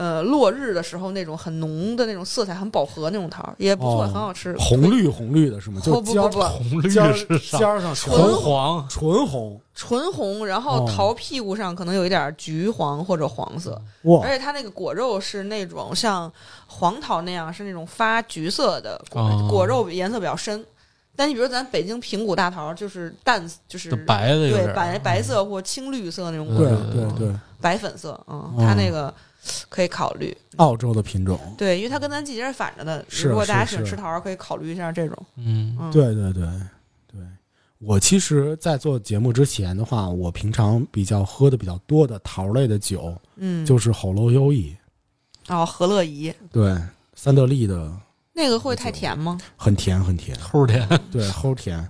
Speaker 3: 呃，落日的时候那种很浓的那种色彩，很饱和那种桃儿也不错，
Speaker 1: 哦
Speaker 3: 很好吃。
Speaker 1: 红绿红绿的是吗？就
Speaker 3: 不不
Speaker 1: 尖儿
Speaker 3: 不不
Speaker 2: 红绿
Speaker 1: 尖儿
Speaker 2: 是
Speaker 1: 尖
Speaker 2: 啥？
Speaker 1: 儿上全
Speaker 2: 红黄
Speaker 1: 纯红
Speaker 3: 纯红，然后
Speaker 1: 哦
Speaker 3: 桃屁股上可能有一点橘黄或者黄色，
Speaker 1: 哇
Speaker 3: 而且它那个果肉是那种像黄桃那样，是那种发橘色的果、
Speaker 2: 哦
Speaker 3: 果肉，颜色比较深。但你比如咱北京平谷大桃，就是淡，就是
Speaker 2: 就白的有
Speaker 3: 对
Speaker 2: 点
Speaker 3: 白
Speaker 2: 儿
Speaker 3: 白色或青绿色那种果
Speaker 1: 嗯对哦
Speaker 3: 肉，
Speaker 2: 嗯
Speaker 1: 对对，
Speaker 3: 白粉色，嗯，它那个可以考虑。
Speaker 1: 澳洲的品种，
Speaker 3: 对，因为它跟咱季节是反着的。
Speaker 1: 是啊
Speaker 3: 如果大家喜欢
Speaker 1: 是
Speaker 3: 吃桃，可以考虑一下这种。
Speaker 2: 嗯
Speaker 3: 嗯，，
Speaker 1: 对对对对。我其实，在做节目之前的话，我平常比较喝的比较多的桃类的酒，
Speaker 3: 嗯，
Speaker 1: 就是吼喽优逸，
Speaker 3: 然后和乐怡
Speaker 1: 对，三得利的，
Speaker 3: 那个会太甜吗？
Speaker 1: 很甜很甜，
Speaker 2: 齁甜，
Speaker 1: 对，齁甜。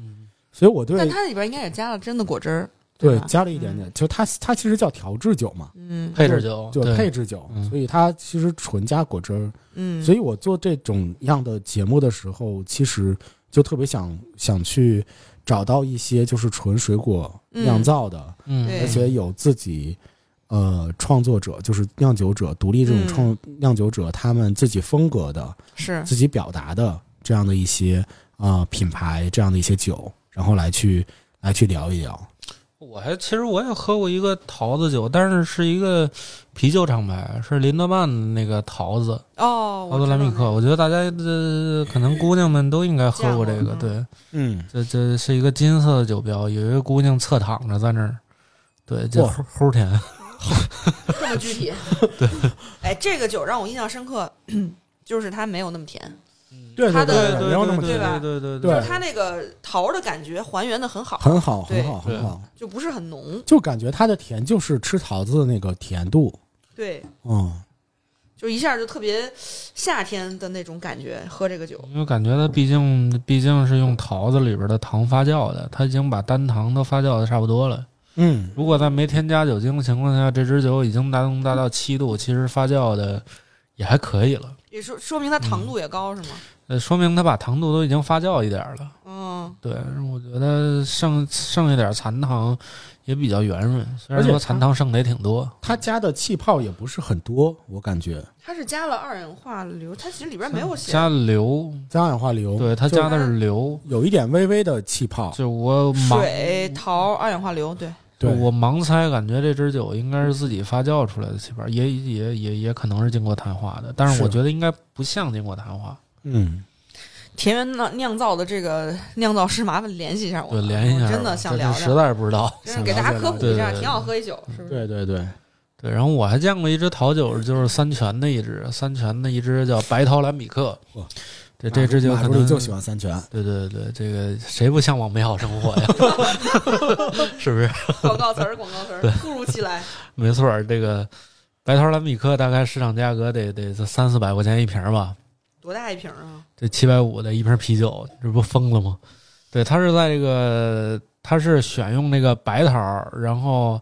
Speaker 1: 所以我对
Speaker 3: 但它嗯里边应该也加了真的果汁儿。
Speaker 1: 对
Speaker 3: 吧
Speaker 1: 加了一点点，就它它其实叫调制酒嘛，
Speaker 3: 嗯
Speaker 2: 配着酒，
Speaker 1: 就
Speaker 2: 对
Speaker 1: 配制酒，
Speaker 2: 嗯
Speaker 1: 所以它其实纯加果汁儿。
Speaker 3: 嗯，
Speaker 1: 所
Speaker 3: 以
Speaker 1: 以我做这种样的节目的时候，其实就特别想想去找到一些就是纯水果酿造的，
Speaker 2: 嗯，
Speaker 3: 对
Speaker 1: 而且有自己呃创作者，就是酿酒者独立这种
Speaker 3: 嗯
Speaker 1: 创、酿酒者他们自己风格的、
Speaker 3: 是
Speaker 1: 自己表达的这样的一些啊、呃品牌这样的一些酒，然后来去来去聊一聊。
Speaker 2: 我还其实我也喝过一个桃子酒，但是是一个啤酒厂牌，是林德曼的那个桃子
Speaker 3: 哦，我
Speaker 2: 桃子
Speaker 3: 知
Speaker 2: 莱
Speaker 3: 道
Speaker 2: 密
Speaker 3: 那
Speaker 2: 克。我觉得大家呃可能姑娘们都应该喝过这个，
Speaker 3: 见过
Speaker 2: 对，
Speaker 1: 嗯，
Speaker 2: 这这是一个金色的酒标，有一个姑娘侧躺着在那儿，对，就
Speaker 1: 哇
Speaker 2: 齁齁甜，
Speaker 3: 这么具 体。对，哎，这个酒让我印象深刻， 就是它没有那么甜，
Speaker 1: 对
Speaker 3: 它
Speaker 1: 对
Speaker 3: 的
Speaker 1: 对，
Speaker 2: 对
Speaker 1: 没有那么
Speaker 2: 对
Speaker 1: 甜，
Speaker 3: 吧
Speaker 2: 对对
Speaker 1: 对
Speaker 3: 就是它那个桃的感觉还原的很好，
Speaker 1: 很好，
Speaker 3: 对
Speaker 1: 很好，
Speaker 2: 对
Speaker 1: 很好，
Speaker 3: 就不是很浓。
Speaker 1: 就感觉它的甜就是吃桃子的那个甜度。
Speaker 3: 对，
Speaker 1: 嗯，
Speaker 3: 就一下就特别夏天的那种感觉，喝这个酒。
Speaker 2: 因为感觉它毕竟毕竟是用桃子里边的糖发酵的，它已经把单糖都发酵的差不多了。
Speaker 1: 嗯，
Speaker 2: 如果在没添加酒精的情况下，这支酒已经达能达到七度，其实发酵的也还可以了。
Speaker 3: 也说说
Speaker 2: 嗯
Speaker 3: 明它糖度也高、是吗？
Speaker 2: 呃，说明它把糖度都已经发酵一点儿了。
Speaker 3: 嗯，
Speaker 2: 对，我觉得剩剩一点残糖也比较圆润，虽然
Speaker 1: 而且
Speaker 2: 说残糖剩的也挺多，
Speaker 1: 它加的气泡也不是很多，我感觉
Speaker 3: 它是加了二氧化硫，它其实里边没有写。
Speaker 2: 加硫，
Speaker 1: 加二氧化硫，
Speaker 2: 对，它
Speaker 1: 就
Speaker 2: 加的是硫。
Speaker 1: 有一点微微的气泡，
Speaker 2: 就我盲，
Speaker 3: 水、桃、二氧化硫，对，
Speaker 1: 对，
Speaker 2: 我盲猜，感觉这支酒应该是自己发酵出来的气泡，也也也也可能是经过碳化的，但是
Speaker 1: 是
Speaker 2: 我觉得应该不像经过碳化。
Speaker 1: 嗯，
Speaker 3: 田园酿酿造的这个酿造师，麻烦联系一下我
Speaker 2: 对，
Speaker 3: 们，
Speaker 2: 联系一下吧，
Speaker 3: 我哦真的想
Speaker 2: 这
Speaker 3: 聊
Speaker 2: 实
Speaker 3: 聊，
Speaker 2: 在是不 知道。
Speaker 3: 真是给大家科普
Speaker 2: 对
Speaker 3: 一
Speaker 2: 对
Speaker 3: 下，
Speaker 2: 对
Speaker 3: 挺好喝一酒，是不是？
Speaker 1: 对对对，
Speaker 2: 对，然后我还见过一只桃酒，就是三全的一只，三全的一只叫白桃蓝比克
Speaker 1: 哇。
Speaker 2: 对，这只酒
Speaker 1: 马
Speaker 2: 可
Speaker 1: 助理
Speaker 2: 能
Speaker 1: 就喜欢三全，
Speaker 2: 对对对，这个谁不向往美好生活呀？ 是不是？
Speaker 3: 广告词儿，广告词儿，突如其来。
Speaker 2: 没错儿，这个白桃蓝比克大概市场价格得得三四百块钱一瓶吧，
Speaker 3: 多大一瓶啊？
Speaker 2: 这七百五的一瓶啤酒，这不疯了吗？对，它是在这个，它是选用那个白桃儿，然后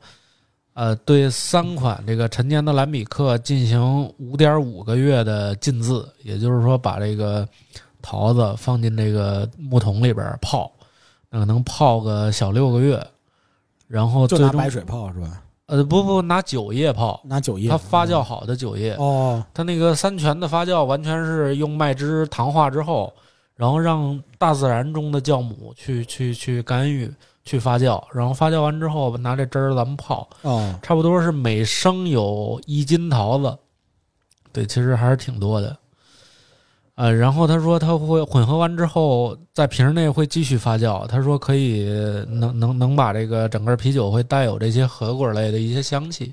Speaker 2: 呃，对三款这个陈年的蓝比克进行五点五个月的浸渍，也就是说，把这个桃子放进这个木桶里边儿泡，那可能泡个小六个月，然后
Speaker 1: 就
Speaker 2: 最
Speaker 1: 拿
Speaker 2: 终
Speaker 1: 白水泡是吧？
Speaker 2: 呃不不拿酒液泡，
Speaker 1: 拿酒液，嗯
Speaker 2: 它发酵好的酒液，
Speaker 1: 哦，
Speaker 2: 它那个三全的发酵完全是用麦汁糖化之后，然后让大自然中的酵母去去去干预去发酵，然后发酵完之后拿这汁儿咱们泡，
Speaker 1: 哦，
Speaker 2: 差不多是每升有一斤桃子，对，其实还是挺多的。呃，然后他说他会混合完之后，在瓶内会继续发酵。他说可以能能能把这个整个啤酒会带有这些核果类的一些香气，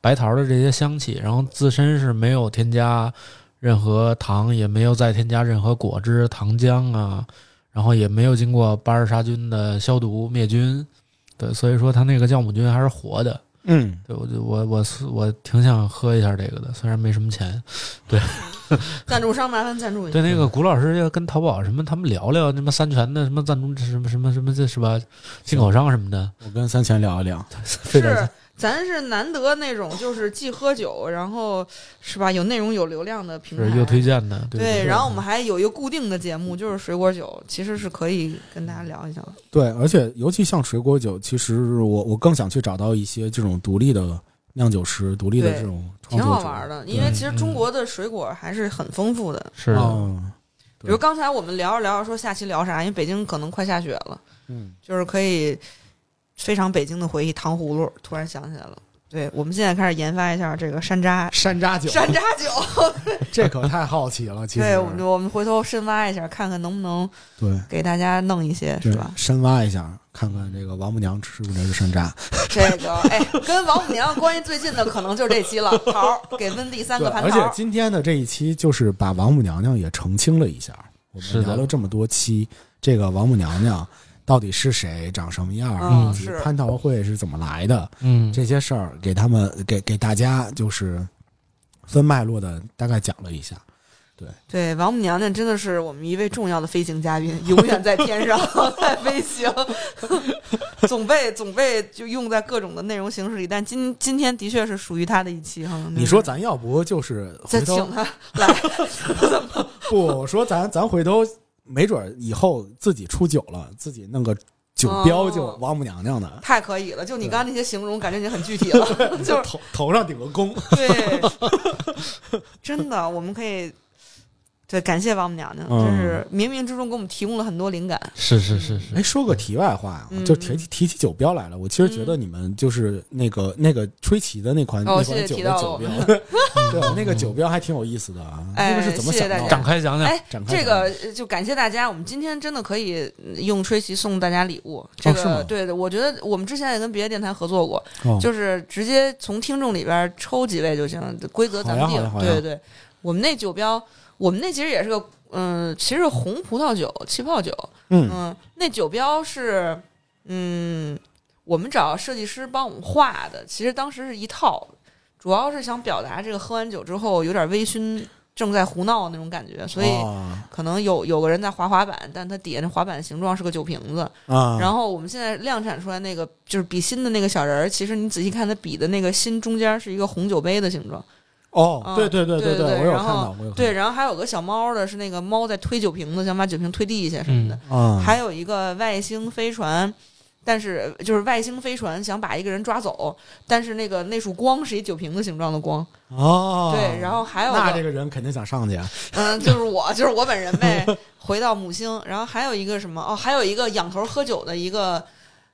Speaker 2: 白桃的这些香气，然后自身是没有添加任何糖，也没有再添加任何果汁、糖浆啊，然后也没有经过巴氏杀菌的消毒灭菌，对，所以说它那个酵母菌还是活的。
Speaker 1: 嗯，
Speaker 2: 对，我就我我是我挺想喝一下这个的，虽然没什么钱。
Speaker 3: 赞助商麻烦赞助一下。
Speaker 2: 对，那个古老师要跟淘宝什么他们聊聊，什么三全的什么赞助什么什么什么这是吧？进口商什么的，
Speaker 1: 我跟三千聊一聊，
Speaker 2: 非得
Speaker 3: 是，咱是难得那种，就是既喝酒，然后是吧，有内容、有流量的平
Speaker 2: 是
Speaker 3: 台。
Speaker 2: 又推荐的，对
Speaker 3: 嗯对，
Speaker 2: 对。
Speaker 3: 然后我们还有一个固定的节目，就是水果酒，其实是可以跟大家聊一下的。
Speaker 2: 嗯
Speaker 1: 对，而且尤其像水果酒，其实我我更想去找到一些这种独立的酿酒师、独立的
Speaker 3: 对
Speaker 1: 这种创
Speaker 3: 挺
Speaker 1: 作者，
Speaker 3: 好玩的，因为其实
Speaker 2: 嗯
Speaker 3: 中国的水果还是很丰富的。
Speaker 2: 是的，
Speaker 1: 嗯
Speaker 3: 比如刚才我们聊着聊着说下期聊啥，因为北京可能快下雪了，
Speaker 1: 嗯，
Speaker 3: 就是可以非常北京的回忆糖葫芦，突然想起来了。对，我们现在开始研发一下这个山楂
Speaker 1: 山楂酒，
Speaker 3: 山楂酒。
Speaker 1: 这可太好奇了，其实
Speaker 3: 对，我们我们回头深挖一下，看看能不能
Speaker 1: 对。
Speaker 3: 给大家弄一些，是
Speaker 1: 对
Speaker 3: 吧？
Speaker 1: 深挖一下，看看这个王母娘吃不吃山楂。
Speaker 3: 这个哎，跟王母娘娘关系最近的可能就这期了。桃儿给温蒂三
Speaker 1: 对，
Speaker 3: 个
Speaker 1: 而
Speaker 3: 蟠
Speaker 1: 且
Speaker 3: 桃，
Speaker 1: 今天的这一期就是把王母娘娘也澄清了一下。我
Speaker 2: 是的
Speaker 1: 们聊了这么多期，这个王母娘娘到底是谁，长什么样，
Speaker 3: 嗯
Speaker 1: 以及
Speaker 3: 是
Speaker 1: 蟠桃会是怎么来的，
Speaker 2: 嗯，
Speaker 1: 这些事儿给他们给给大家就是分脉络的大概讲了一下。
Speaker 3: 对王母娘娘真的是我们一位重要的飞行嘉宾，永远在天上 在飞行， 总被总被就用在各种的内容形式里。但今今天的确是属于她的一期哈。
Speaker 1: 你说咱要不就是
Speaker 3: 嗯再
Speaker 1: 回头
Speaker 3: 请她来，
Speaker 1: 不？我说咱咱回头没准儿以后自己出酒了，自己弄个酒标就
Speaker 3: 哦
Speaker 1: 王母娘娘的，
Speaker 3: 太可以了！就你刚刚那些形容，感觉已经很具体了， 就是
Speaker 1: 头头上顶个 弓。
Speaker 3: 对，真的，我们可以对感谢王母娘娘，
Speaker 1: 嗯
Speaker 3: 真是冥冥之中给我们提供了很多灵感。
Speaker 2: 是是是是，
Speaker 1: 哎，说个题外话啊
Speaker 3: 嗯，
Speaker 1: 就提起提起酒标来了，我其实觉得你们就是那个那个吹旗的那款
Speaker 3: 哦
Speaker 1: 那
Speaker 3: 谢谢
Speaker 1: 款酒
Speaker 3: 提
Speaker 1: 的
Speaker 3: 到了
Speaker 1: 酒
Speaker 3: 我
Speaker 1: 标
Speaker 3: 们，
Speaker 1: 对，那个酒标还挺有意思的啊，
Speaker 3: 哎
Speaker 1: 那个是怎么
Speaker 3: 谢
Speaker 1: 想
Speaker 3: 谢大
Speaker 1: 到
Speaker 3: 家
Speaker 2: 展
Speaker 1: 的？
Speaker 2: 开讲讲，
Speaker 3: 哎
Speaker 1: 展，开
Speaker 3: 这个呃就感谢大家，我们今天真的可以嗯用吹旗送大家礼物。这
Speaker 1: 哦是
Speaker 3: 个、
Speaker 1: 吗
Speaker 3: 对的，我觉得我们之前也跟别的电台合作过，
Speaker 1: 哦
Speaker 3: 就是直接从听众里边抽几位就行，规则咱们
Speaker 1: 好呀
Speaker 3: 定
Speaker 1: 好呀。好呀
Speaker 3: 对对对，我们那酒标，我们那其实也是个嗯、其实是红葡萄酒、气泡酒，
Speaker 1: 嗯，
Speaker 3: 嗯，那酒标是，嗯，我们找设计师帮我们画的。其实当时是一套，主要是想表达这个喝完酒之后有点微醺，正在胡闹那种感觉，所以
Speaker 1: 哦
Speaker 3: 可能有有个人在滑滑板，但他底下那滑板形状是个酒瓶子。
Speaker 1: 啊，
Speaker 3: 然
Speaker 1: 后
Speaker 3: 后我们现在量产出来那个就是比心的那个小人儿，其实你仔细看它比的那个心中间是一个红酒杯的形状。
Speaker 1: 哦
Speaker 3: 嗯，
Speaker 1: 对对对
Speaker 3: 对
Speaker 1: 对，
Speaker 3: 对
Speaker 1: 我有
Speaker 3: 然
Speaker 1: 看
Speaker 3: 后
Speaker 1: 到，我有
Speaker 3: 对，然后还有个小猫的是那个猫在推酒瓶子，想把酒瓶推地下什么的。
Speaker 2: 嗯
Speaker 1: 啊，
Speaker 3: 还有一个外星飞船，但是呃就是外星飞船想把一个人抓走，但是那个那束光是一酒瓶子形状的光，
Speaker 1: 哦，
Speaker 3: 对，然后还有
Speaker 1: 那
Speaker 3: 个
Speaker 1: 这个人肯定想上去啊，
Speaker 3: 嗯，就是我，就是我本人呗，回到母星，然后还有一个什么哦，还有一个仰头喝酒的一个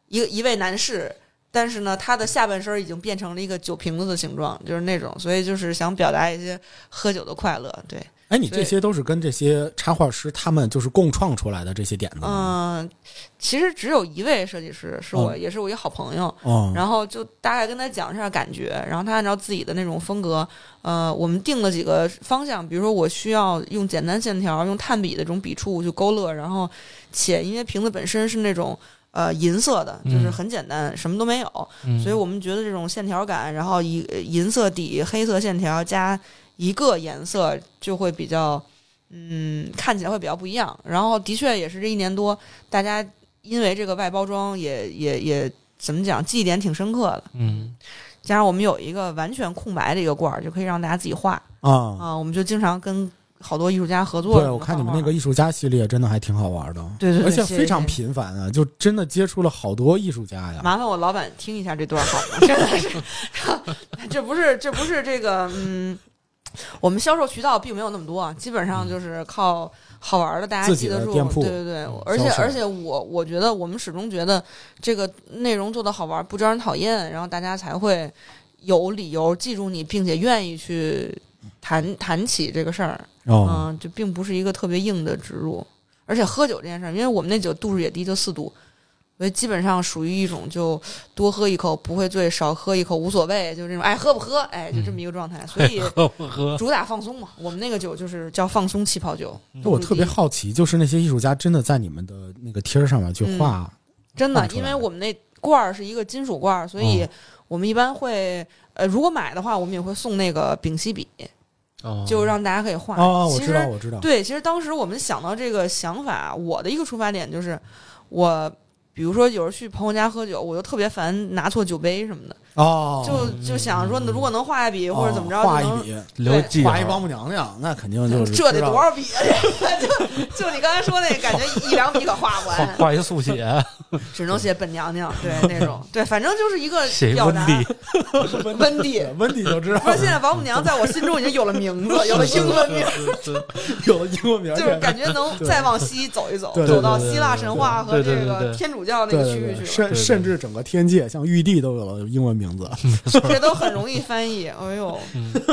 Speaker 3: 一个一位男士。但是呢，他的下半身已经变成了一个酒瓶子的形状，就是那种，所以就是想表达一些喝酒的快乐，对，
Speaker 1: 哎，你
Speaker 3: 所以
Speaker 1: 这些都是跟这些插画师他们就是共创出来的这些点子吗？
Speaker 3: 嗯，其实只有一位设计师是我，
Speaker 1: 嗯
Speaker 3: 也是我一个好朋友，
Speaker 1: 哦，
Speaker 3: 嗯然后就大概跟他讲一下感觉，然后他按照自己的那种风格，呃，我们定了几个方向，比如说我需要用简单线条，用炭笔的这种笔触去勾勒，然后且因为瓶子本身是那种呃银色的，就是
Speaker 2: 嗯
Speaker 3: 很简单，什么都没有。
Speaker 2: 嗯
Speaker 3: 所以我们觉得这种线条感，然后银银色底、黑色线条加一个颜色，就会比较，嗯，看起来会比较不一样。然后的确也是这一年多，大家因为这个外包装也也也怎么讲，记忆点挺深刻的。
Speaker 2: 嗯
Speaker 3: 加上我们有一个完全空白的一个罐儿，就可以让大家自己画
Speaker 1: 啊。
Speaker 3: 啊。我们就经常跟好多艺术家合作。
Speaker 1: 对，我看你们那个艺术家系列真的还挺好玩的，哦
Speaker 3: 对对对
Speaker 1: 而且
Speaker 3: 谢谢
Speaker 1: 非常
Speaker 3: 谢谢
Speaker 1: 频繁啊，就真的接触了好多艺术家呀。
Speaker 3: 麻烦我老板听一下这段好吗？ 真的是， 这不是这不是这个嗯，我们销售渠道并没有那么多啊，基本上就是靠好玩的大家
Speaker 1: 自己
Speaker 3: 记得
Speaker 1: 的
Speaker 3: 住，
Speaker 1: 店铺
Speaker 3: 对对对，而且
Speaker 1: 销售
Speaker 3: 而且我我觉得我们始终觉得这个内容做的好玩，不招人讨厌，然后大家才会有理由记住你，并且愿意去谈谈起这个事儿。
Speaker 1: 哦，
Speaker 3: 嗯，就并不是一个特别硬的植入。而且喝酒这件事儿，因为我们那酒度数也低，就四度，所以基本上属于一种就多喝一口不会醉，少喝一口无所谓，就这种爱喝不喝，哎，就这么一个状
Speaker 1: 嗯
Speaker 3: 态。所
Speaker 1: 哎
Speaker 3: 以
Speaker 2: 喝不喝？
Speaker 3: 主打放松嘛，我们那个酒就是叫放松气泡酒，
Speaker 1: 那我特别好奇，就是那些艺术家真的在你们的那个贴儿上面去
Speaker 3: 嗯
Speaker 1: 画，
Speaker 3: 真
Speaker 1: 看
Speaker 3: 的，
Speaker 1: 不出
Speaker 3: 因为
Speaker 1: 来
Speaker 3: 我们那罐儿是一个金属罐儿，所
Speaker 1: 哦
Speaker 3: 以我们一般会。呃，如果买的话，我们也会送那个丙烯笔，
Speaker 2: 哦
Speaker 3: 就让大家可以画。
Speaker 1: 哦，我
Speaker 3: 其
Speaker 1: 知
Speaker 3: 实
Speaker 1: 道，我知道，
Speaker 3: 对，其实当时我们想到这个想法，我的一个出发点就是，我比如说有时候去朋友家喝酒，我就特别烦拿错酒杯什么的，
Speaker 1: 哦，
Speaker 3: 就就想说，如果能画一笔
Speaker 1: 哦
Speaker 3: 或者怎么着，
Speaker 1: 画
Speaker 3: 就能
Speaker 1: 一笔，啊
Speaker 2: 留
Speaker 3: 对
Speaker 2: 记号
Speaker 1: 画一王母娘娘，那肯定就是
Speaker 3: 这得
Speaker 1: 知道
Speaker 3: 多少 笔啊？就就你刚才说那个，感觉一两笔可画不
Speaker 2: 画
Speaker 1: 哦
Speaker 3: 完，
Speaker 2: 画一速写，
Speaker 3: 只能写本娘娘，对 那种，对，反正就是一个
Speaker 2: 写一
Speaker 3: 表
Speaker 2: 温
Speaker 3: 达
Speaker 2: 蒂，
Speaker 3: 温蒂。
Speaker 1: 温蒂就知道
Speaker 3: 不是，现在王母娘在我心中已经有了名字，有了英文名，
Speaker 1: 有了英文名儿，
Speaker 3: 就是感觉能再往西走一走，
Speaker 1: 对
Speaker 3: 走到
Speaker 2: 对对
Speaker 3: 希腊神话和
Speaker 2: 对对
Speaker 3: 这
Speaker 2: 对对
Speaker 3: 个
Speaker 2: 对
Speaker 3: 天主教那
Speaker 1: 对
Speaker 3: 个
Speaker 1: 对
Speaker 3: 区域
Speaker 1: 对，
Speaker 3: 去了。
Speaker 1: 甚
Speaker 2: 对对
Speaker 1: 甚至整个天界，像玉帝都有了英文名字，
Speaker 3: 这都很容易翻译。哎呦，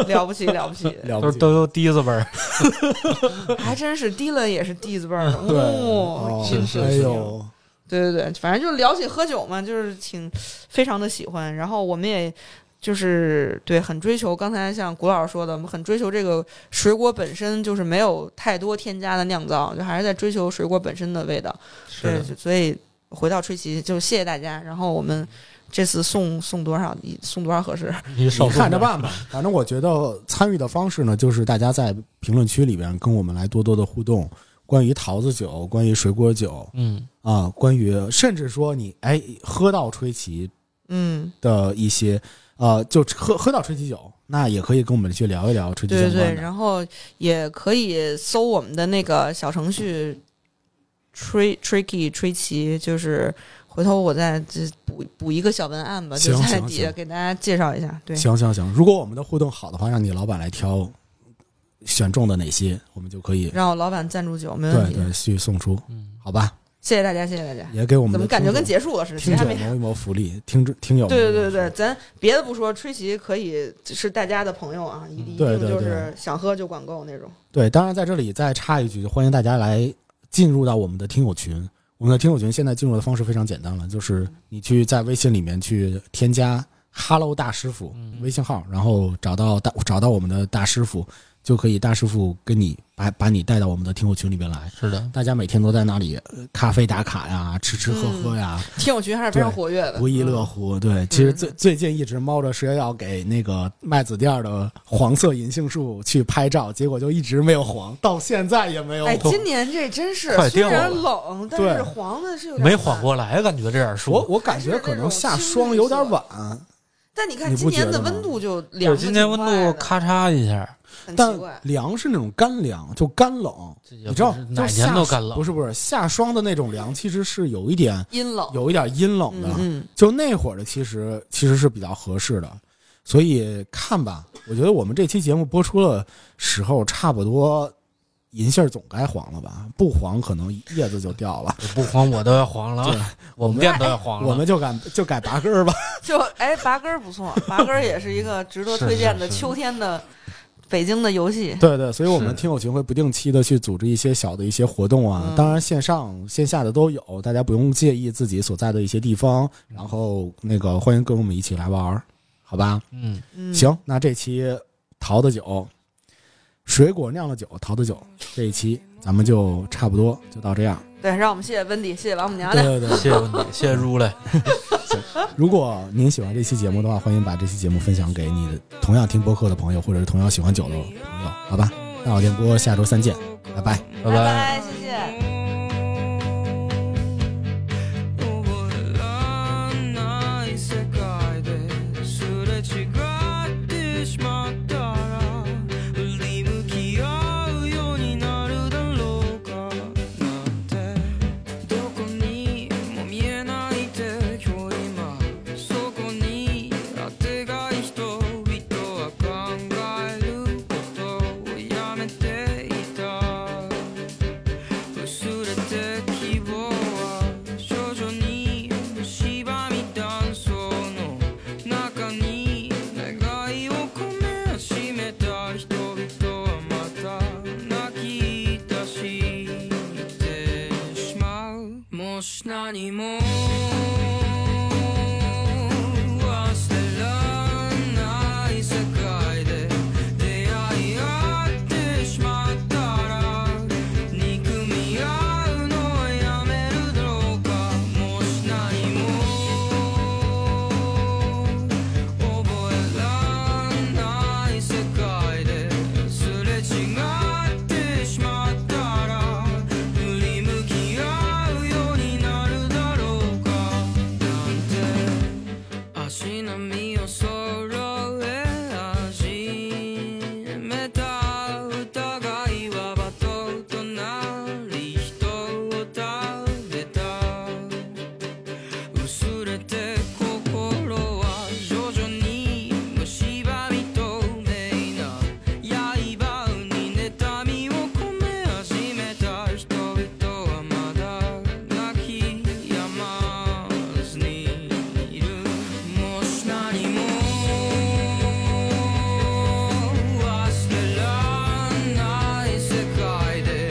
Speaker 3: 了不起了不起，
Speaker 1: 了 不
Speaker 2: 都是
Speaker 1: 起。
Speaker 2: 都都低字辈儿，
Speaker 3: 还真是 Dylan 也是 D 字辈儿的。
Speaker 1: 对，
Speaker 3: 哦，
Speaker 2: 是是
Speaker 1: 哎
Speaker 2: 是
Speaker 1: 呦，
Speaker 3: 对对对，反正就聊起喝酒嘛，就是挺非常的喜欢。然后我们也就是对很追求，刚才像谷老师说的，我们很追求这个水果本身就是没有太多添加的酿造，就还是在追求水果本身的味道。对，
Speaker 2: 是
Speaker 3: 就所以回到吹旗，就谢谢大家。然后我们这次送送多少？你送多少合适？
Speaker 2: 你少
Speaker 1: 你看着
Speaker 2: 吧。
Speaker 1: 办吧。反正我觉得参与的方式呢，就是大家在评论区里边跟我们来多多的互动，关于桃子酒，关于水果酒
Speaker 2: 嗯，
Speaker 1: 啊，关于甚至说你哎喝到吹旗
Speaker 3: 嗯，
Speaker 1: 的一些呃，就喝喝到吹旗酒，那也可以跟我们去聊一聊吹旗
Speaker 3: 对
Speaker 1: 相
Speaker 3: 对
Speaker 1: 关
Speaker 3: 对，
Speaker 1: 的。
Speaker 3: 然后也可以搜我们的那个小程序吹 tricky 吹奇，就是回头我再这补补一个小文案吧，就
Speaker 1: 行
Speaker 3: 在
Speaker 1: 行
Speaker 3: 底下
Speaker 1: 行
Speaker 3: 给大家介绍一下。对，
Speaker 1: 行行行，如果我们的互动好的话，让你老板来挑选中的哪些，我们就可以
Speaker 3: 让我老板赞助酒，没问
Speaker 1: 对
Speaker 3: 题。
Speaker 1: 对去送出，好吧？
Speaker 3: 谢谢大家，谢谢大家。
Speaker 1: 也给我们
Speaker 3: 怎
Speaker 1: 的
Speaker 3: 么感觉
Speaker 1: 听众
Speaker 3: 跟
Speaker 1: 啊
Speaker 3: 结束了似的？其
Speaker 1: 听
Speaker 3: 实还
Speaker 1: 者
Speaker 3: 没。
Speaker 1: 谋一谋福利，听众啊听友
Speaker 3: 对
Speaker 1: 谋
Speaker 3: 对
Speaker 1: 一谋
Speaker 3: 对
Speaker 1: 福
Speaker 3: 对，
Speaker 1: 利
Speaker 3: 咱别的不说，吹奇可以是大家的朋友啊，一
Speaker 1: 嗯
Speaker 3: 定
Speaker 1: 对对
Speaker 3: 就
Speaker 1: 对
Speaker 3: 是想喝就管够那种。
Speaker 1: 对，当然在这里再插一句，欢迎大家来进入到我们的听友群。我们的听友群现在进入的方式非常简单了，就是你去在微信里面去添加 “Hello 大师傅”微信号，然后找到大找到我们的大师傅，就可以大师傅跟你把把你带到我们的听友群里边来。
Speaker 2: 是的，
Speaker 1: 大家每天都在那里呃咖啡打卡呀，吃吃喝喝呀，
Speaker 3: 听友群还是非常活跃的，
Speaker 1: 不亦
Speaker 3: 嗯
Speaker 1: 乐乎。对，其实最最近一直猫着是要给那个麦子店儿的黄色银杏树去拍照，结果就一直没有黄，到现在也没有
Speaker 3: 哎，
Speaker 1: 黄。
Speaker 3: 今年这真是
Speaker 2: 快
Speaker 3: 虽
Speaker 2: 掉
Speaker 3: 然
Speaker 2: 了
Speaker 3: 冷，但
Speaker 1: 对
Speaker 3: 是黄的是有点
Speaker 2: 没
Speaker 3: 晚
Speaker 2: 缓。过来，感觉这点
Speaker 1: 我
Speaker 2: 数。
Speaker 1: 我感觉可能下霜有点晚，
Speaker 3: 但你看
Speaker 1: 你
Speaker 3: 今
Speaker 1: 不
Speaker 3: 年
Speaker 1: 觉
Speaker 3: 的
Speaker 1: 得吗
Speaker 3: 温度就凉
Speaker 2: 就今
Speaker 3: 得挺快的，
Speaker 2: 天温度咔嚓一下，
Speaker 3: 很奇
Speaker 1: 但
Speaker 3: 怪。
Speaker 1: 凉是那种干凉，就干冷。
Speaker 2: 这也
Speaker 1: 你知道
Speaker 2: 不是，
Speaker 1: 就
Speaker 2: 哪
Speaker 1: 下
Speaker 2: 年都干冷
Speaker 1: 不。是不是下霜的那种凉，其实是有一点
Speaker 3: 阴冷，
Speaker 1: 有一点阴冷的。
Speaker 3: 嗯，
Speaker 1: 就那会儿的，其实其实是比较合适的。所以看吧，我觉得我们这期节目播出的时候，差不多银杏儿总该黄了吧？不黄可能叶子就掉了，
Speaker 2: 不黄我都要黄了
Speaker 1: 对
Speaker 2: 啊，我们店都要黄了。
Speaker 1: 我们就敢就改拔根儿吧。
Speaker 3: 嗯就哎，拔根儿不错，拔根儿也是一个值得
Speaker 2: 是
Speaker 3: 推
Speaker 2: 是
Speaker 3: 荐的
Speaker 2: 是
Speaker 3: 秋天的北京的游戏。
Speaker 1: 对对，所以我们
Speaker 2: 是
Speaker 1: 听友群会不定期的去组织一些小的一些活动啊，
Speaker 3: 嗯
Speaker 1: 当然线上线下的都有，大家不用介意自己所在的一些地方，然后那个欢迎跟我们一起来玩儿，好吧？
Speaker 2: 嗯，
Speaker 3: 嗯，
Speaker 1: 行，那这期桃子酒、水果酿的酒，桃子酒这一期咱们就差不多就到这样。
Speaker 3: 对，让我们谢谢温迪，谢谢王母娘
Speaker 1: 对
Speaker 3: 娘。
Speaker 1: 对对，
Speaker 2: 谢谢温迪，谢谢如来，
Speaker 1: 如果您喜欢这期节目的话，欢迎把这期节目分享给你的同样听播客的朋友，或者是同样喜欢酒的朋友，好吧？大好电波，下周三见，拜拜。
Speaker 2: 拜
Speaker 3: 拜
Speaker 2: 拜。
Speaker 3: 拜，谢谢。
Speaker 4: おぼれらない世界ですれ違ってしまったら振り向き合うようになるだろうかなんてどこにも見えないで今日今そこにあてがい人々は考えることをやめていた薄れて希望は徐々に虫歯み断層の中に願いを込め始めた人々はまた泣き出してしまうもし何も忘れらない世界で出会い合ってしまったら憎み合うのはやめるだろうかもし何も覚えらない世界ですれ違ってしまったら振り向き合うようになるだろうかなんて足並みを揃え始めた疑いはバトとなり人を食べた薄れて心は徐々に虫歯み透明な刃に妬みを込め始めた人々はまだ泣き止まずにいるもし何も忘れらない世界で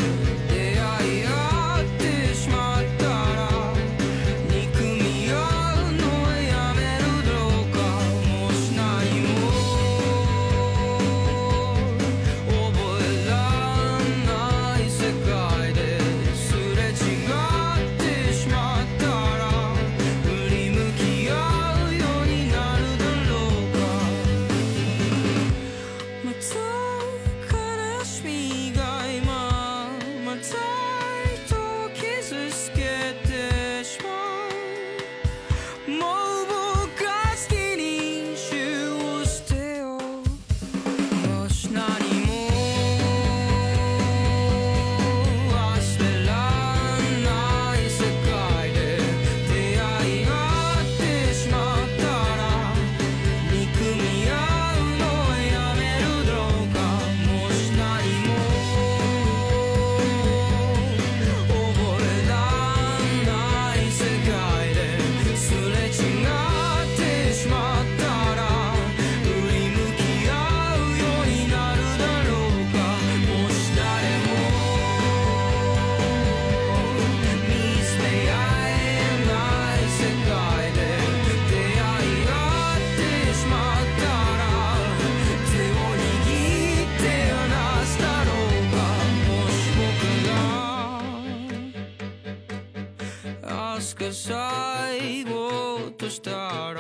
Speaker 4: 出会い合ってしまったら憎み合うのはやめるだろうかもし何も覚えらない世界ですれ違ってしまったら振り向き合うようになるだろうかまた悲しみが今またと傷つけてしまうもう僕は好きに手をしてよもし何も忘れらない世界で出会い合ってしまったら憎み合うのはやめるだろうかもし何も覚えらない世界ですれ違ってしまったら振り向き合うようになるだろうかもし誰も見つめ合えない世界で出会い合ってしまったら手を握って離すだろうかもし僕が明日最後としたら